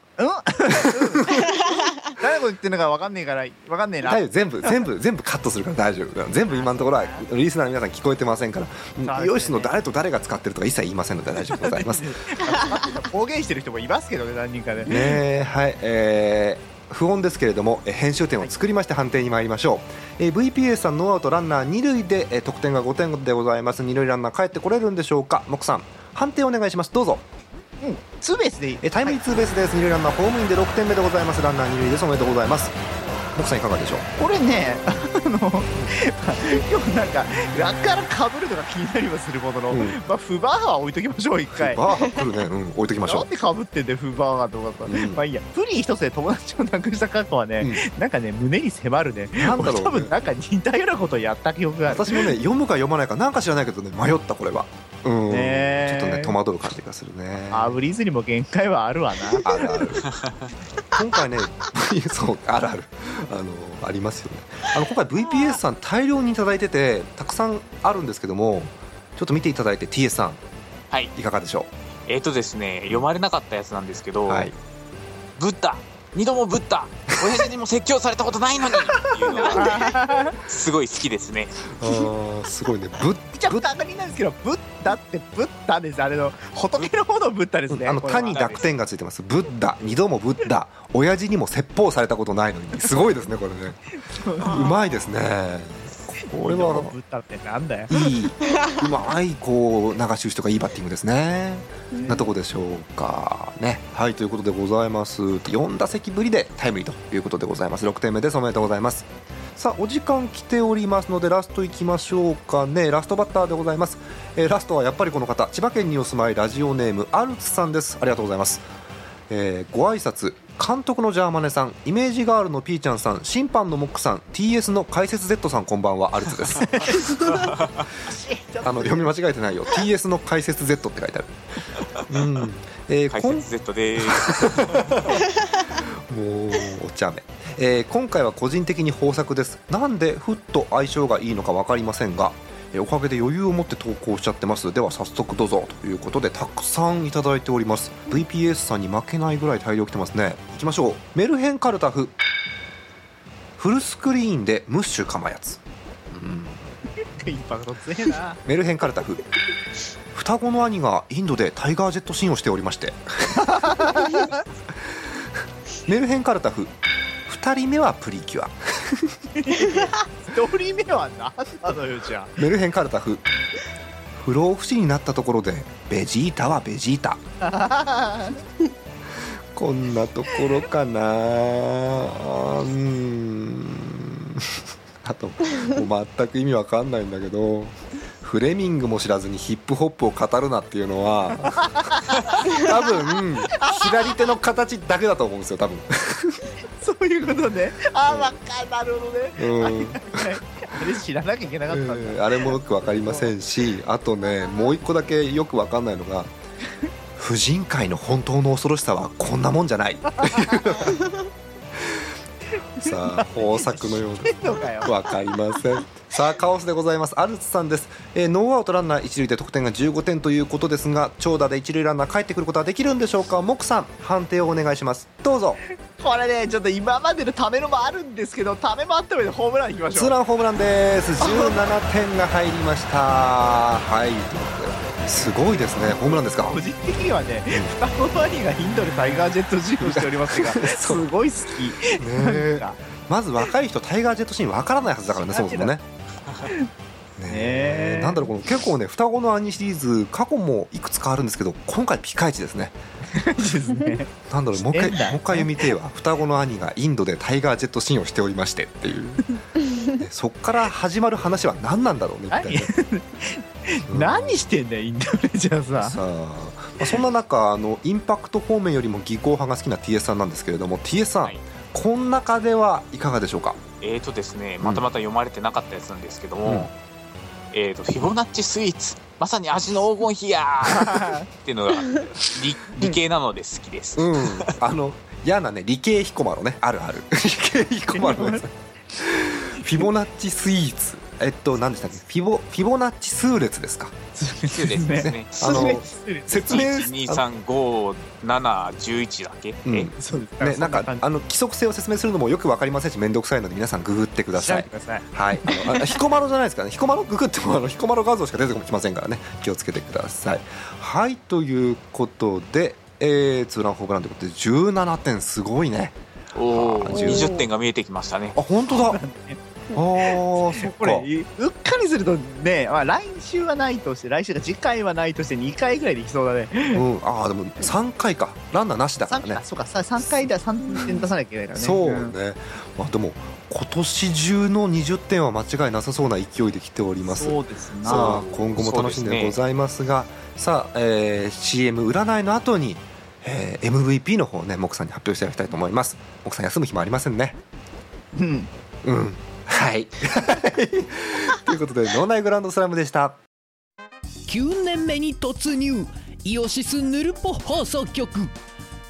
Speaker 8: 誰のこと言ってるのかわかんねえからわかんねえな
Speaker 3: 大丈夫全部全部全部カットするから大丈夫全部今のところはリスナーの皆さん聞こえてませんか
Speaker 8: うです
Speaker 3: ら
Speaker 8: ね
Speaker 3: 美容室の誰と誰が使ってるとか一切言いませんので大丈夫でございますね
Speaker 8: 公言してる人もいますけどね何人かで、
Speaker 3: えはいえー不穏ですけれどもえー編集点を作りまして判定に参りましょう、えー VPA さんノーアウトランナー二塁でえー得点が5点でございます二塁ランナー帰ってこれるんでしょうかモックさん判定お願いしますどうぞ
Speaker 8: うん、ツーベースでいい
Speaker 3: えータイムリーツーベースです、二塁ランナーホームインで6点目でございますランナー二塁ですおめでとうございます奥さんいかがでしょう
Speaker 8: これねあの今日なんか裏からかぶるのが気になりはするものの、
Speaker 3: うん
Speaker 8: まあフバーハは置いときましょう一回
Speaker 3: バーハ来るね、うん、置いときまし
Speaker 8: な
Speaker 3: ょ
Speaker 8: んでかぶってんだよフバーハとかさ、
Speaker 3: うん
Speaker 8: まあいいやプリン一つで友達を亡くした過去はね、なんかね胸に迫るね
Speaker 3: うなんだろ
Speaker 8: 俺多
Speaker 3: う、
Speaker 8: 分
Speaker 3: ね、
Speaker 8: なんか似たようなことやった記憶がある
Speaker 3: 私もね読むか読まないかなんか知らないけどね迷ったこれはうん、
Speaker 8: ね
Speaker 3: ちょ
Speaker 8: え
Speaker 3: っとね戸惑う感じがするね
Speaker 8: あぶりずにも限界はあるわな
Speaker 3: あるある今回ね そうあるあるあのありますよねあの今回 VPS さん大量にいただいててたくさんあるんですけどもちょっと見ていただいて TS さん
Speaker 5: はい
Speaker 3: いかがでしょ
Speaker 5: えっ、とですね読まれなかったやつなんですけ
Speaker 3: う
Speaker 5: ど、
Speaker 3: はい
Speaker 5: ブッダ二度もブッダ親父にも説教されたことないのにっていうのがすごい好きですね
Speaker 3: あーす ごいねぶっ
Speaker 8: めちゃくちゃ当たりなんですけど、ブッダってブッダです。あれの仏の方のブッダですね。
Speaker 3: あの
Speaker 8: これは
Speaker 3: 他に濁点がついてます。ブッダ二度もブッダ親父にも説法されたことないのにすごいですねこれ ね。うまいですね。これ
Speaker 8: この
Speaker 3: は
Speaker 8: ブッダってなんだよ。
Speaker 3: いいうまいこう流し打ちとかいいバッティングですね。なとこでしょうかね。はいということでございます。4打席ぶりでタイムリーということでございます。6点目ですおめでとうございます。さあお時間来ておりますのでラストいきましょうかねラストバッターでございます、えーラストはやっぱりこの方千葉県にお住まいラジオネームアルツさんですありがとうございますえーご挨拶監督のジャーマネさんイメージガールのピーちゃんさん審判のモックさん TS の解説 Z さんこんばんはアルツです あの読み間違えてないよ TS の解説 Z って書いてあるうん、えー
Speaker 5: 解
Speaker 3: こん
Speaker 5: 説 Z でーす
Speaker 3: もうお茶目、えー今回は個人的に豊作ですなんでふっと相性がいいのか分かりませんが、えーおかげで余裕を持って投稿しちゃってますでは早速どうぞということでたくさんいただいております VPS さんに負けないぐらい大量来てますねいきましょうメルヘンカルタフフルスクリーンでムッシュかまやつ、うん
Speaker 8: インパクト強えな。
Speaker 3: メルヘンカルタフ双子の兄がインドでタイガージェットシーンをしておりましてメルヘンカルタフ2人目はプリキュア
Speaker 8: 一人目は何なのよじ ゃ
Speaker 3: メルヘンカルタフ不老不死になったところでベジータはベジータ
Speaker 8: あ。
Speaker 3: こんなところかなうーんあともう全く意味わかんないんだけどフレミングも知らずにヒップホップを語るなっていうのは多分左手の形だけだと思うんですよ多分
Speaker 8: そいうことね。あー、わかる、なるほどね。
Speaker 3: うん
Speaker 8: あれ知らなきゃいけなかったんだ。
Speaker 3: うんあれもよくわかりませんしあとねもう一個だけよくわかんないの が婦人会の本当の恐ろしさはこんなもんじゃ ないさあ豊作のよう
Speaker 8: 知ってんのかよ。
Speaker 3: わかりません。さあカオスでございますアルツさんです、えーノーアウトランナー一塁で得点が15点ということですが長打で一塁ランナー帰ってくることはできるんでしょうかモクさん判定をお願いしますどうぞ
Speaker 8: これね、ちょっと今までのためのもあるんですけど、ためもあったのでホームランいきまし
Speaker 3: ツ
Speaker 8: ょ
Speaker 3: ー
Speaker 8: う。
Speaker 3: ランホームラン です17点が入りましたはいということですごいですねホームランですか
Speaker 8: 個人的にはね、双子兄がインドでタイガージェットジムをしておりますが、すごい好き。
Speaker 3: ねえ まず若い人タイガー・ジェットシーンわからないはずだからねそもそもね。 ねえ
Speaker 8: ねえ
Speaker 3: なんだろうこの結構ね双子の兄シリーズ過去もいくつかあるんですけど今回ピカイチですね。
Speaker 8: ですね。
Speaker 3: なんだろうもう一回
Speaker 8: して
Speaker 3: もう一
Speaker 8: んだよ
Speaker 3: 回読みてえわ双子の兄がインドでタイガー・ジェットシーンをしておりましてっていう、 ねそっから始まる話は何なんだろうね一体ね。うん
Speaker 8: 何 してんだよ、インドでじゃあ
Speaker 3: さ
Speaker 8: さ。
Speaker 3: あまあそんな中あのインパクト方面よりも技巧派が好きな TS さんなんですけれども TS さん、
Speaker 5: はい
Speaker 3: この中ではいかがでしょうか
Speaker 5: えーとですね、またまた読まれてなかったやつなんですけども、
Speaker 3: うん
Speaker 5: えーと、フィボナッチスイーツ、まさに味の黄金比やーっていうのが理理系なので好きです。
Speaker 3: うん、 あの嫌なね理系彦摩呂ねある ある理系彦摩呂のやつフィボナッチスイーツえっと何でしたっけフィボフィボナッチ数列ですか
Speaker 5: そうですね。
Speaker 3: あの
Speaker 8: ね
Speaker 3: 説明
Speaker 5: 1、2、3、5、7、11だっけ、
Speaker 3: うん
Speaker 5: え
Speaker 8: そうで
Speaker 3: ね、
Speaker 8: す
Speaker 3: なん
Speaker 8: そ
Speaker 3: か
Speaker 8: 感じ
Speaker 3: あの規則性を説明するのもよくわかりませんし面倒くさいので皆さんググってくだ
Speaker 8: 調
Speaker 3: さ
Speaker 8: べ
Speaker 3: い
Speaker 8: てください。
Speaker 3: はい、あのあ彦摩呂じゃないですからね彦摩呂ググってもあの彦摩呂画像しか出てきませんからね気をつけてくださいはいということで、えー、ツーランホームランということで17点すごいね
Speaker 5: お
Speaker 3: あ
Speaker 5: ー
Speaker 3: 10
Speaker 5: 20点が見えてきましたね。
Speaker 3: あ本当だあーそっ
Speaker 8: こ
Speaker 3: か
Speaker 8: れうっかりするとね、まあ、来週はないとして来週が次回はないとして2回ぐらいできそうだね
Speaker 3: うん、ああでも3回かランナーなしだか
Speaker 8: 三
Speaker 3: ら
Speaker 8: あ
Speaker 3: ね
Speaker 8: そうかさ三回で3点出さなきゃいけないからね
Speaker 3: そう
Speaker 8: うん
Speaker 3: ね、まあ、でも今年中の20点は間違いなさそうな勢いで来ております
Speaker 8: そうですな
Speaker 3: さあ
Speaker 5: あー
Speaker 3: 今後も楽しん
Speaker 5: そ
Speaker 3: で
Speaker 5: うですね
Speaker 3: ございますがさあ、えー CM 占いの後に、えー MVP の方をねモクさんに発表していただきたいと思いますモクさん休む暇ありませんね
Speaker 8: うん
Speaker 3: うんはいということで「脳内グランドスラム」でした
Speaker 9: 9年目に突入イオシスヌルポ放送局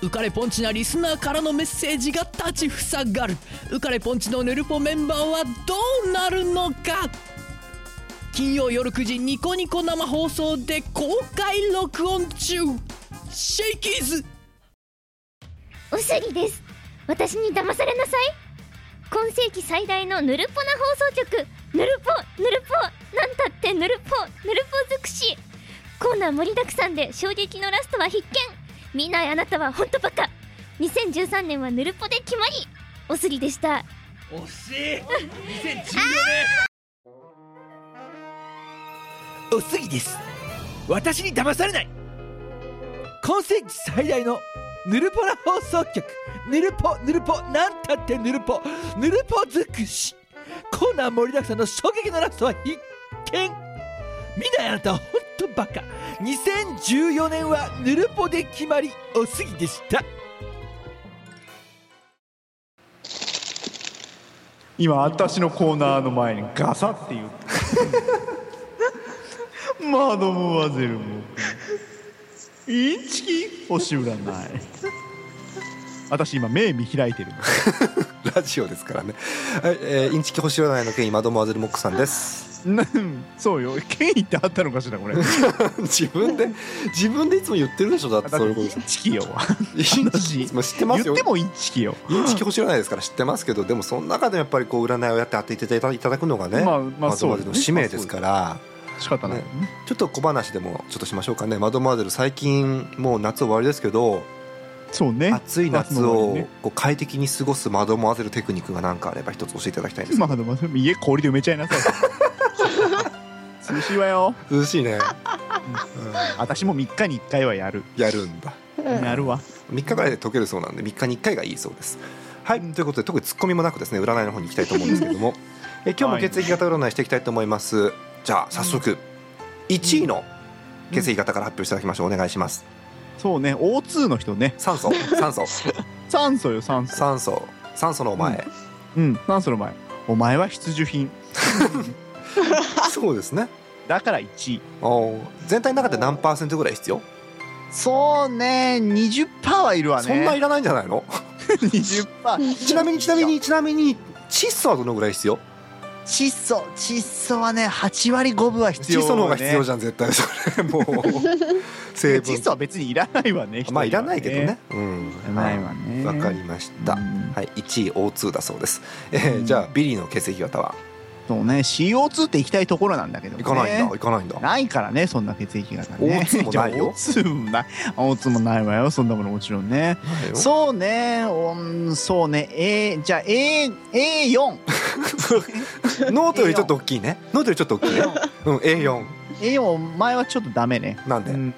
Speaker 9: 浮かれポンチなリスナーからのメッセージが立ちふさがる浮かれポンチのヌルポメンバーはどうなるのか金曜夜9時ニコニコ生放送で公開録音中シェイキーズ
Speaker 2: うすぎです私に騙されなさい今世紀最大のぬるぽな放送局ぬるぽぬるぽなんたってぬるぽぬるぽ尽くしコーナー盛りだくさんで衝撃のラストは必見みんなあなたはほんとバカ2013年はぬるぽで決まりおすぎでした
Speaker 7: 惜しい2014年おすぎです私に騙されない今世紀最大のヌルポラ放送局ヌルポヌルポなんたってヌルポヌルポ尽くしコーナー盛りだくさんの衝撃のラストは必見みんなあなたはほんとバカ2014年はヌルポで決まりおすぎでした
Speaker 6: 今私のコーナーの前にガサって 言うマドモワゼルもインチキ星占い私今目見開いてる
Speaker 3: ラジオですからね、はいえーインチキ星占いの権威マドモアゼルモックさんです
Speaker 6: うんそうよ権威ってあったのかしら これ
Speaker 3: 自分で自分でいつも言ってるでしょだってそういうこ
Speaker 6: イ
Speaker 3: と
Speaker 6: ンチキよ
Speaker 3: インチキまあ知ってます
Speaker 6: 言
Speaker 3: よ
Speaker 6: ってもインチキよ
Speaker 3: インチキ星占いですから知ってますけどでもその中でやっぱりこう占いをやって当てていただくのがね、
Speaker 6: まあまあ
Speaker 3: マド
Speaker 6: そ
Speaker 3: モ
Speaker 6: う
Speaker 3: アゼルの使命ですから
Speaker 6: 仕方ない、
Speaker 3: ねちょっと小話でもちょっとしましょうかねマドモアゼル最近もう夏終わりですけど
Speaker 6: そうね
Speaker 3: 暑い夏
Speaker 6: の終わ
Speaker 3: を
Speaker 6: りね
Speaker 3: こう快適に過ごすマドモアゼルテクニックが何かあれば一つ教えていただきたいです、
Speaker 6: マドモワゼル家氷で埋めちゃいなさ い涼しいわよ
Speaker 3: 涼しい ね、
Speaker 6: 私も3日に1回はやる
Speaker 3: うんやるんだ
Speaker 6: やるわ
Speaker 3: 3日ぐらいで解けるそうなんで3日に1回がいいそうです。はい、ということで特にツッコミもなくですね占いの方に行きたいと思うんですけど もえ今日も血液型占いしていきたいと思いますじゃあ早速1位の血液型から発表していただきましょうお願いします
Speaker 6: そうね O2 の人ね
Speaker 3: 酸素酸素
Speaker 6: 酸素よ酸素
Speaker 3: 酸素酸素のお前、
Speaker 8: うんなんその前お前は必需品
Speaker 3: そうですね
Speaker 8: だから1位
Speaker 3: おー全体の中で何パーセントぐらい必要、
Speaker 8: そうね20%はいるわね
Speaker 3: そんないらないんじゃない の
Speaker 8: 20%
Speaker 3: ちなみにちなみにちなみに窒素はどのぐらい必要
Speaker 8: 窒素窒素はね8割5分は必要、
Speaker 3: 窒
Speaker 8: ね、
Speaker 3: 素の方が必要
Speaker 8: じ
Speaker 3: じゃん絶対それ もう成分
Speaker 8: 窒素は別にいらないわね
Speaker 3: まあいらないけどね
Speaker 8: い
Speaker 3: うん
Speaker 8: らないわね
Speaker 3: わかりました、
Speaker 8: うん
Speaker 3: はい1位 O2 だそうです、えー
Speaker 8: うん
Speaker 3: じゃあビリーの血液型は
Speaker 8: そうね CO2 って行きたいところなんだけど、ね、
Speaker 3: いかないんだいかないんだ
Speaker 8: ないからねそんな血液型ね
Speaker 3: O2 もないよ
Speaker 8: じゃあ O2 もない O2 もないわよそんなものもちろんね
Speaker 3: そ
Speaker 8: そうねうんそうね A じゃあ A A4
Speaker 3: うノートよりちょっと大きいねノートよりちょっと大きいねうん A4
Speaker 8: A4 お前はちょっとダメね
Speaker 3: なんで、
Speaker 8: うん、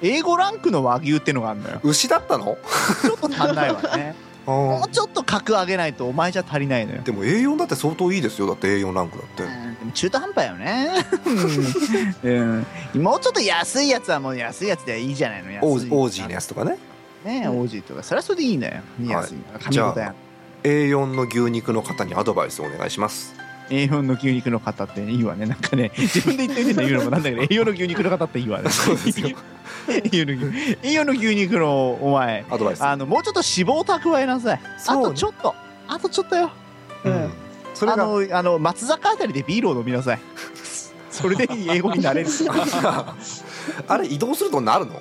Speaker 8: A5 ランクの和牛ってのがあるのよ
Speaker 3: 牛だったの
Speaker 8: ちょっと足んないわ ねも
Speaker 3: あ
Speaker 8: うちょっと格上げないとお前じゃ足りないのよ
Speaker 3: ーでも A4 だって相当いいですよだって A4 ランクだって
Speaker 8: うんでも中途半端よね、 うん、もうちょっと安いやつはもう安いやつでいいじゃないの安い
Speaker 3: オーオージーのやつとかね
Speaker 8: ねオージーとかそれはそれでいいのよ安いの
Speaker 3: じ
Speaker 8: 髪
Speaker 3: ゃ
Speaker 8: ご
Speaker 3: あ
Speaker 8: たえある
Speaker 3: A4 の牛肉の方にアドバイスをお願いします
Speaker 8: A4 の牛肉の方っていいわねなん かね自分で言ってみて言うのもなんだけど A4 の牛肉の方っていいわね
Speaker 3: そうです よ
Speaker 8: A4 の牛 A4 の牛肉のお前
Speaker 3: アドバイス
Speaker 8: あのもうちょっと脂肪を蓄えなさいあ
Speaker 3: そうね
Speaker 8: とちょっとあとちょっとよ、
Speaker 3: う
Speaker 8: うんん、
Speaker 3: それ
Speaker 8: あ
Speaker 3: が
Speaker 8: のあの松坂あたりでビールを飲みなさいそれでいい英語になれる
Speaker 3: あれ移動するとなるの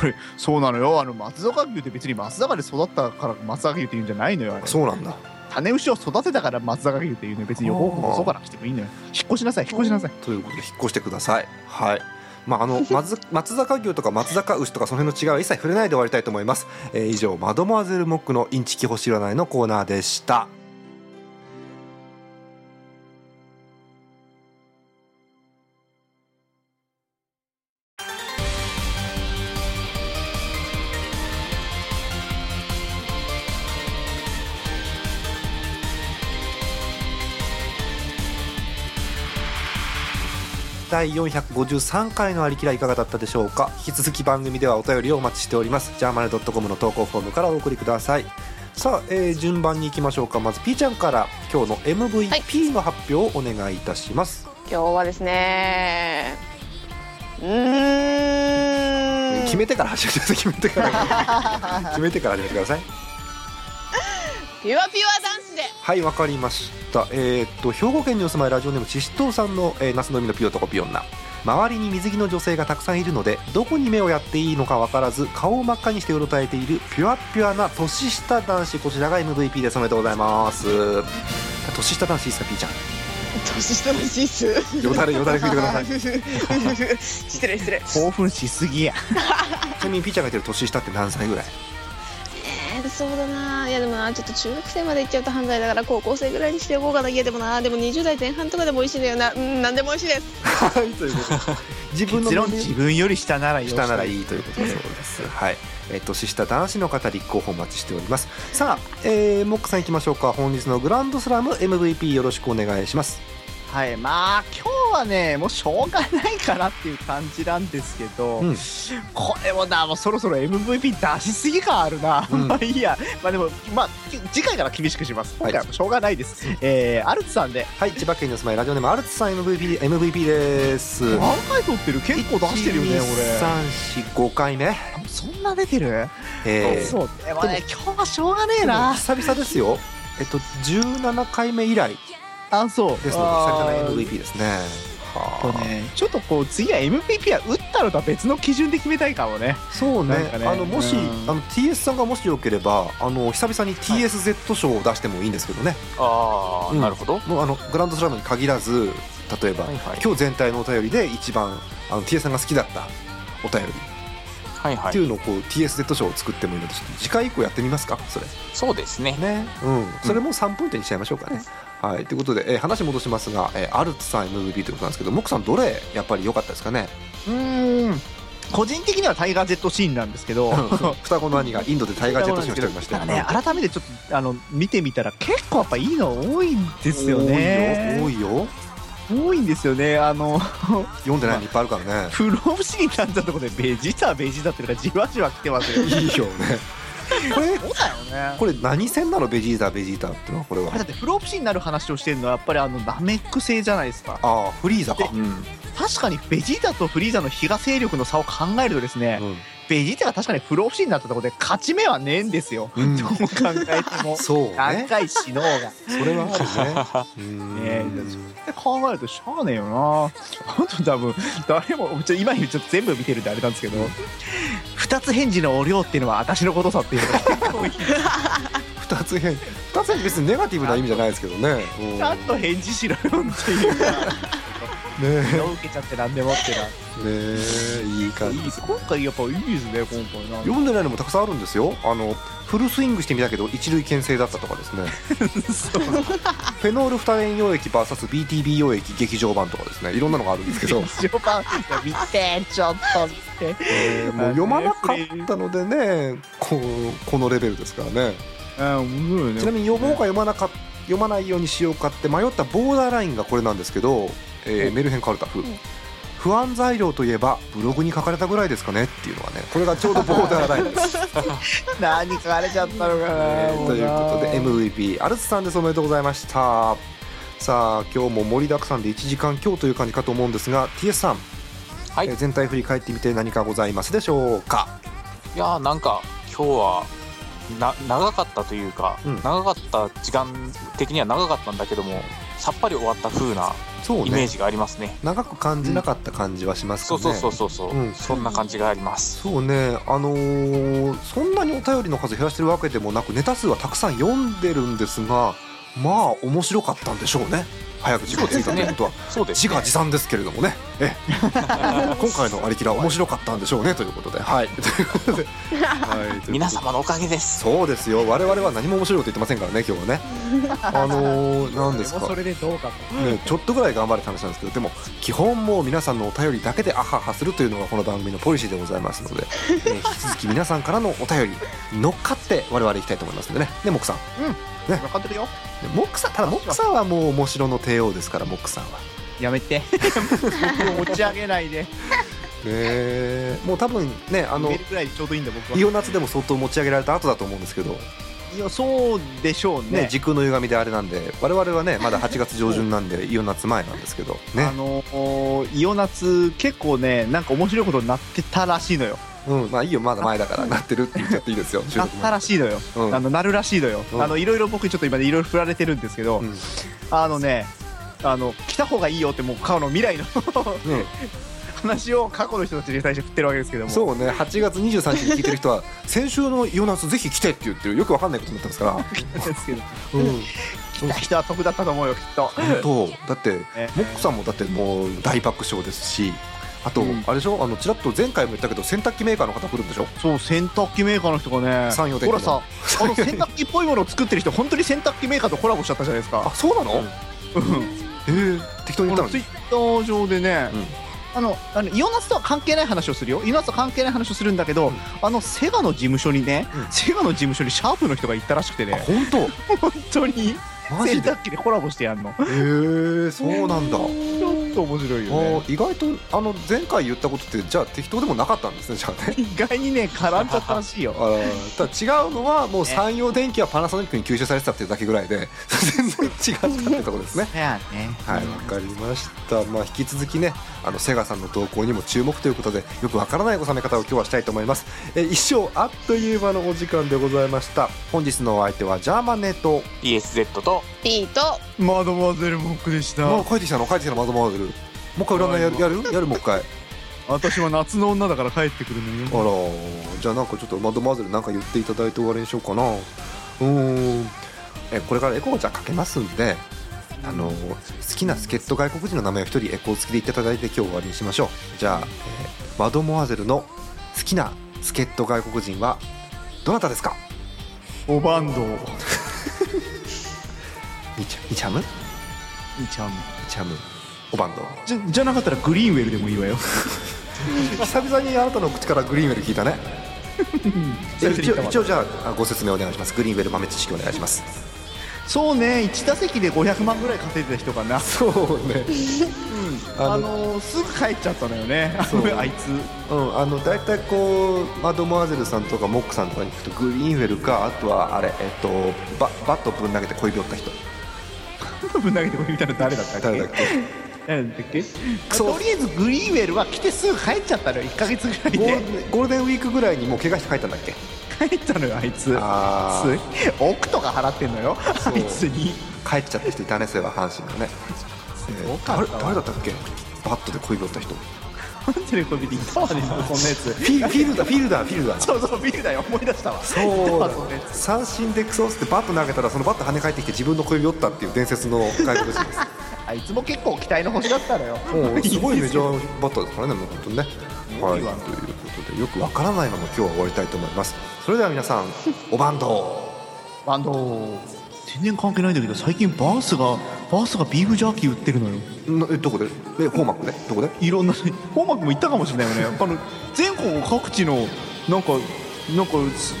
Speaker 8: あれそうなのよあの松坂牛って別に松坂で育ったから松坂牛って言うんじゃないのよあれ
Speaker 3: そうなんだ
Speaker 8: 種牛を育てたから松坂牛っていうのよ別に予報
Speaker 3: あー
Speaker 8: そこから来てもいいのよ引っ越しなさい引っ越しなさい
Speaker 3: ということで引っ越してくださいはいまああの 松松坂牛とか松坂牛とかその辺の違いは一切触れないで終わりたいと思います、えー以上マドモアゼルモックのインチキ星占いのコーナーでした第453回のありきらいかがだったでしょうか引き続き番組ではお便りをお待ちしておりますジャーマネドットコムの投稿フォームからお送りくださいさあ、えー順番に行きましょうかまず P ちゃんから今日の MVP の発表をお願いいたします、
Speaker 4: 今日はですねうーん
Speaker 3: 決めてから始めてください決めてから決めてから始めてください
Speaker 4: ピュアピュア男子で
Speaker 3: はいわかりましたえーっと兵庫県にお住まいラジオネームちしとうさんの、えー、夏の海のピオとこピオンナ周りに水着の女性がたくさんいるのでどこに目をやっていいのかわからず顔を真っ赤にしてうろたえているピュアピュアな年下男子こちらが MVP ですおめでとうございます年下男子いいですかピーちゃん
Speaker 4: 年下のシス
Speaker 3: よだれよだれ拭いてください
Speaker 4: 失礼失礼
Speaker 8: 興奮しすぎや
Speaker 3: ちなみにピーちゃんが言ってる年下って何歳ぐらい
Speaker 4: えー、そうだないやでもなちょっと中学生まで行っちゃうと犯罪だから高校生ぐらいにしておこうかないやでもなでも20代前半とかでも美味しいんだよなうん何でも美味しいです
Speaker 3: はいということで 自分の年
Speaker 8: 結論
Speaker 3: 齢
Speaker 8: 自分より下ならよ
Speaker 3: 下ならいいということだそうです。はい。えー年下男子の方立候補お待ちしております。さあ、えー、モックさん行きましょうか。本日のグランドスラム MVP よろしくお願いします。
Speaker 8: はいまあ今日はねもうしょうがないかなっていう感じなんですけど、
Speaker 3: うん
Speaker 8: これもなもうそろそろ MVP 出しすぎ感あるな、
Speaker 3: うん
Speaker 8: まあいいやまあでもまあき次回から厳しくします今回はもうしょうがないです、えー、アルツさんで
Speaker 3: はい、千葉県にお住まいラジオネームアルツさん MVP MVP です。
Speaker 8: 何回撮ってる結構出してるよね俺
Speaker 3: 三四五回目。
Speaker 8: そんな出てる、
Speaker 3: えー、
Speaker 8: そうでもね今日はしょうがねえ
Speaker 3: でも
Speaker 8: な
Speaker 3: 久々ですよ。えっと十七回目以来
Speaker 8: あそう
Speaker 3: ですので久
Speaker 8: あー
Speaker 3: 々の MVP ですね。
Speaker 8: こう
Speaker 3: は
Speaker 8: ねちょっとこう次は MVP は打ったのとは別の基準で決めたいかもね
Speaker 3: あ。そうね
Speaker 8: なんかね
Speaker 3: あのもし、
Speaker 8: うん
Speaker 3: あの TS さんがもしよければあの久々に TSZ 賞を出してもいいんですけどね。
Speaker 5: ああ、なるほど。
Speaker 3: もうあのグランドスラムに限らず例えば、
Speaker 5: はいはい
Speaker 3: 今日全体のお便りで一番あの T さんが好きだったお便りっ
Speaker 5: はいは
Speaker 3: てい
Speaker 5: い。
Speaker 3: うのをこう、TSZ 賞を作ってもいいのでちょっと次回以降やってみますかそれ
Speaker 5: そうですね。
Speaker 3: ねうんそれも3ポイントにしちゃいましょうかね、はいということで、えー話戻しますが、えーアルツさん MVP ということなんですけどモクさんどれやっぱり良かったですかね
Speaker 8: うん個人的にはタイガー・ジェットシーンなんですけど。
Speaker 3: 双子の兄がインドでタイガージェットショーしておりました
Speaker 8: だ
Speaker 3: よ
Speaker 8: からね、改めてちょっとあの見てみたら結構やっぱいいの多いんですよね
Speaker 3: 多いよ多いよ
Speaker 8: 多いんですよねあの
Speaker 3: 読んでないのいっぱいあるからね
Speaker 8: 不老不死になったところでベジータはベジータっていうのがじわじわ来てますよ
Speaker 3: いいよねこれ
Speaker 8: そうだよね
Speaker 3: これ何戦なのベジータベジータってのはこれは
Speaker 8: あれだって不老不死になる話をしてるのはやっぱりあのナメック星じゃないですか
Speaker 3: ああフリーザか
Speaker 5: うん
Speaker 8: 確かにベジータとフリーザの比嘉勢力の差を考えるとですね、
Speaker 3: うん
Speaker 8: ベジータが確かに不老不死になったところで勝ち目はねえんで すよ、
Speaker 3: うん
Speaker 8: どう考えても
Speaker 3: そうね
Speaker 8: 高い死のうが
Speaker 3: それはあるねうん
Speaker 8: ねって考えるとしゃあねえよな本当多分誰もちょ今言うちょっと全部見てるんであれなんですけど、二つ返事のお量っていうのは私のことさっていうのが結構いい
Speaker 3: 二つ変二つ変別にネガティブな意味じゃないですけどねうん
Speaker 8: ちゃんと返事しろよっていうか
Speaker 3: ね
Speaker 8: 手を受けちゃって何でもってな
Speaker 3: ねいい感じ
Speaker 8: いいです今回やっぱいいですね今回な
Speaker 3: 読んでないのもたくさんあるんですよあのフルスイングしてみたけど一塁牽制だったとかですねフェノール二塩溶液 VSBTB 溶液劇場版とかですねいろんなのがあるんです けど、
Speaker 8: 一応パン見てちょっと見て
Speaker 3: えーもう読まなかったのでねこうこのレベルですからね
Speaker 8: うん面白いね
Speaker 3: ちなみに読もうか読まなか読まないようにしようかって迷ったボーダーラインがこれなんですけど、えーメルヘンカルタフ、不安材料といえばブログに書かれたぐらいですかねっていうのがねこれがちょうどボーダーラインです
Speaker 8: 何書かれちゃったのかなも
Speaker 3: と
Speaker 8: う
Speaker 3: いう
Speaker 8: な
Speaker 3: ことで MVP アルツさんですおめでとうございましたさあ今日も盛りだくさんで1時間今日という感じかと思うんですが TS さん、
Speaker 5: はい
Speaker 3: えー全体振り返ってみて何かございますでしょうか
Speaker 5: いやーなんか今日はな長かったというか、
Speaker 3: うん
Speaker 5: 長かった時間的には長かったんだけどもさっぱり終わった風な
Speaker 3: そう
Speaker 5: イメー
Speaker 3: ね
Speaker 5: ジがありますね
Speaker 3: 長く感じなかった感じはしますけ
Speaker 5: そう
Speaker 3: どね、
Speaker 5: そうそうそうそう、
Speaker 3: うん
Speaker 5: そんな感じがあります、
Speaker 3: そうね、あのーそんなにお便りの数減らしてるわけでもなくネタ数はたくさん読んでるんですがまあ面白かったんでしょうね早く自己ついたということは
Speaker 5: そうです
Speaker 3: 自
Speaker 5: ね
Speaker 3: 画自賛ですけれどもねえ え今回の「ありきら」面白かったんでしょうねということではいということで、はい、
Speaker 5: 皆様のおかげです
Speaker 3: そうですよ我々は何も面白いこと言ってませんからね今日はねあのー、なんですか
Speaker 8: もそれでどうかと
Speaker 3: ね、ちょっとぐらい頑張れって話なんですけどでも基本もう皆さんのお便りだけでアハハするというのがこの番組のポリシーでございますの で、えー引き続き皆さんからのお便りに乗っかって我々いきたいと思いますんでねねモックさん
Speaker 8: 分かってるよ
Speaker 3: ねモックさんただモックさんはもう面白の帝王ですからモックさんは。
Speaker 8: やめ て僕を持ち上げないで
Speaker 3: ね、もう多分ねあ
Speaker 8: あの
Speaker 3: の
Speaker 8: るぐらいちょうどいいんだ僕は
Speaker 3: イオナツでも相当持ち上げられた後だと思うんですけど、ね
Speaker 8: いやそうでしょうね
Speaker 3: 時空の歪みであれなんで我々はねまだ8月上旬なんでイオナツ前なんですけど
Speaker 8: あ
Speaker 3: ね、
Speaker 8: のーイオナツ結構ねなんか面白いことになってたらしいのよ
Speaker 3: うん、まあいいよまだ前だからなってるって言っちゃっていいですよ収
Speaker 8: なっ
Speaker 3: 録前
Speaker 8: たらしいのよ、
Speaker 3: うん
Speaker 8: あのなるらしいのよ、
Speaker 3: うん
Speaker 8: あのいろいろ僕ちょっと今ねいろいろ振られてるんですけど、
Speaker 3: うん
Speaker 8: あのねあの来た方がいいよってもう過去の未来の
Speaker 3: ね
Speaker 8: 話を過去の人たちに対して振ってるわけですけども
Speaker 3: そうね8月23日に聞いてる人は 先週のイオナスぜひ来てって言ってるよくわかんないことになってます から、
Speaker 8: ですけど
Speaker 3: うん、
Speaker 8: 来た人は得だったと思うよきっと
Speaker 3: 本当だってモックさんもだってもう大爆笑ですしあと、
Speaker 8: うん
Speaker 3: あれでしょあのちらっと前回も言ったけど洗濯機メーカーの方来るんでしょ
Speaker 8: そう洗濯機メーカーの人がね
Speaker 3: 三洋電機
Speaker 8: ほ
Speaker 3: の
Speaker 8: らさあの洗濯機っぽいものを作ってる人本当に洗濯機メーカーとコラボしちゃったじゃないです
Speaker 3: あ
Speaker 8: か
Speaker 3: そうなの、
Speaker 8: うん
Speaker 3: えー適当に言ったの
Speaker 8: ツイ
Speaker 3: に
Speaker 8: ッター上でね、あのあのイオナスとは関係ない話をするよイオナスとは関係ない話をするんだけど、あのセガの事務所にね、
Speaker 3: うん
Speaker 8: セガの事務所にシャープの人が行ったらしくて
Speaker 3: あ
Speaker 8: ね
Speaker 3: 本当
Speaker 8: 本当に
Speaker 3: マ
Speaker 8: 洗
Speaker 3: ジでへ
Speaker 8: 濯機でコラボしてやんの
Speaker 3: えー、そうなんだ、
Speaker 8: ちょっと面白いよ
Speaker 3: あ
Speaker 8: ね
Speaker 3: ー意外とあの前回言ったことってじゃあ適当でもなかったんですねじゃあ ね
Speaker 8: 意外にね絡んじゃったらしい よ
Speaker 3: あーただ違うのはもう山陽電機はパナソニックに吸収されてたっていうだけぐらいで 全然違ったってとこですね
Speaker 8: やね
Speaker 3: はい、わかりました。まあ引き続きね、あのセガさんの投稿にも注目ということで、よくわからない収め方を今日はしたいと思います。えー、以上あっという間のお時間でございました。本日のお相手はジャーマネと、
Speaker 5: ESZ と
Speaker 4: ピート
Speaker 6: マドモアゼルモックでした
Speaker 3: もう帰ってきたの、帰ってきたのマドモアゼル。もう一回占いやる、やる、やるもう一回。あ
Speaker 6: 私は夏の女だから帰ってくるのよ
Speaker 3: らー、じゃあなんかちょっとマドモアゼルなんか言っていただいて終わりにしようかな。うーん、えこれからエコーちゃんかけますんで。あのー好きな助っ人外国人の名前を一人エコー付きで言っていただいて今日終わりにしましょうじゃあ、えーマドモアゼルの好きな助っ人外国人はどなたですか
Speaker 6: おバンド
Speaker 3: ニチャニチャムニ
Speaker 6: ちゃん
Speaker 3: チャムおバンド
Speaker 6: じゃじゃなかったらグリーンウェルでもいいわよ
Speaker 3: 久々にあなたの口からグリーンウェル聞いた ねえ一応一応じゃああご説明お願いしますグリーンウェル豆知識お願いします
Speaker 8: そうね1打席で500万ぐらい稼いでた人かな
Speaker 3: そうね
Speaker 8: あのすぐ帰っちゃったのよね
Speaker 3: そう
Speaker 8: あいつ
Speaker 3: うん、あの大体こうマドモアゼルさんとかモックさんとかに聞くとグリーンフェルかあとはあれ、えっと、ババットぶん投げて恋びよった人
Speaker 8: ぶん投げてこいみたいな誰だったっけ
Speaker 3: 誰だっけ
Speaker 8: 誰だっけ
Speaker 3: そう
Speaker 8: とりあえずグリーンウェルは来てすぐ帰っちゃったのよ1か月ぐらい
Speaker 3: ゴー
Speaker 8: で
Speaker 3: ルデンゴールデンウィークぐらいにもう怪我して帰ったんだっけ
Speaker 8: 帰ったのよあいつ
Speaker 3: あー
Speaker 8: す億とか払ってんのよ
Speaker 3: そ
Speaker 8: あ
Speaker 3: う
Speaker 8: いつに
Speaker 3: 帰っちゃった人いたねそういえば阪神のね、え
Speaker 8: ご
Speaker 3: ー、
Speaker 8: かっ
Speaker 3: 誰
Speaker 8: たわ
Speaker 3: 誰だったっけバットで恋びよった人フ
Speaker 8: なんでこびでいたわねそんなやつ
Speaker 3: ィフィールダーフィールダーフィールダー
Speaker 8: そうそうビールだよ思い出したわ
Speaker 3: そうだ
Speaker 8: いたわそんなやつ
Speaker 3: 三振でクソっつってバット投げたらそのバット跳ね返ってきて自分の恋びよったっていう伝説の外国人です
Speaker 8: あいつも結構期待の星だったのよ
Speaker 3: もうすごいメジャーバッターですからねもう本当にねはい
Speaker 8: いいわ
Speaker 3: ということでよくわからないまま今日は終わりたいと思いますそれでは皆さんおバンド
Speaker 8: バンド全然関係ないんだけど最近バースがバースがビーフジャーキー売ってるのよ
Speaker 3: なえどこでえフォーマックねどこで
Speaker 8: いろんな本幕も行ったかもしれないよねあの全国各地のなんかなんか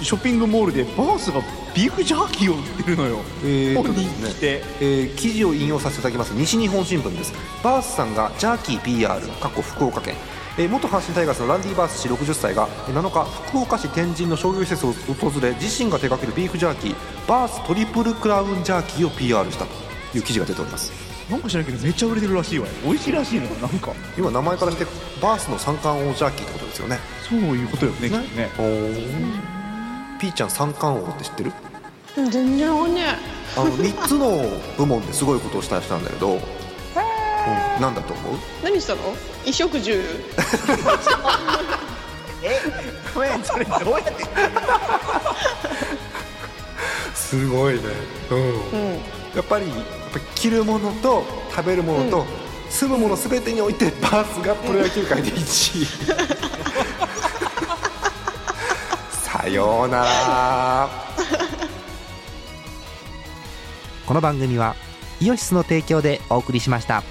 Speaker 8: ショッピングモールでバースがビーフジャーキーを売ってるのよ、
Speaker 3: えー
Speaker 8: 本人来て、
Speaker 3: えー記事を引用させていただきます西日本新聞ですバースさんがジャーキー PR 過去福岡県えー元阪神タイガースのランディ・バース氏60歳がえー7日福岡市天神の商業施設を訪れ自身が手掛けるビーフジャーキーバーストリプルクラウンジャーキーを PR したという記事が出ております
Speaker 8: なんか知らんけどめっちゃ売れてるらしいわよ美味しいらしいのよなんか
Speaker 3: 今名前からしてバースの三冠王ジャーキーってことですよね
Speaker 8: そういうことよねきっとね
Speaker 3: おピーちゃん三冠王って知ってる
Speaker 4: 全然わかんね
Speaker 3: あの3つの部門ですごいことをした人なんだけど、うん、なんだと思う
Speaker 4: え何したの衣食住
Speaker 8: ごめんそれどうやって
Speaker 3: すごいね、うん
Speaker 4: うん
Speaker 3: やっぱりやっぱ着るものと食べるものと、住むもの全てにおいてバースがプロ野球界で1位 さようなら
Speaker 1: この番組はイオシスの提供でお送りしました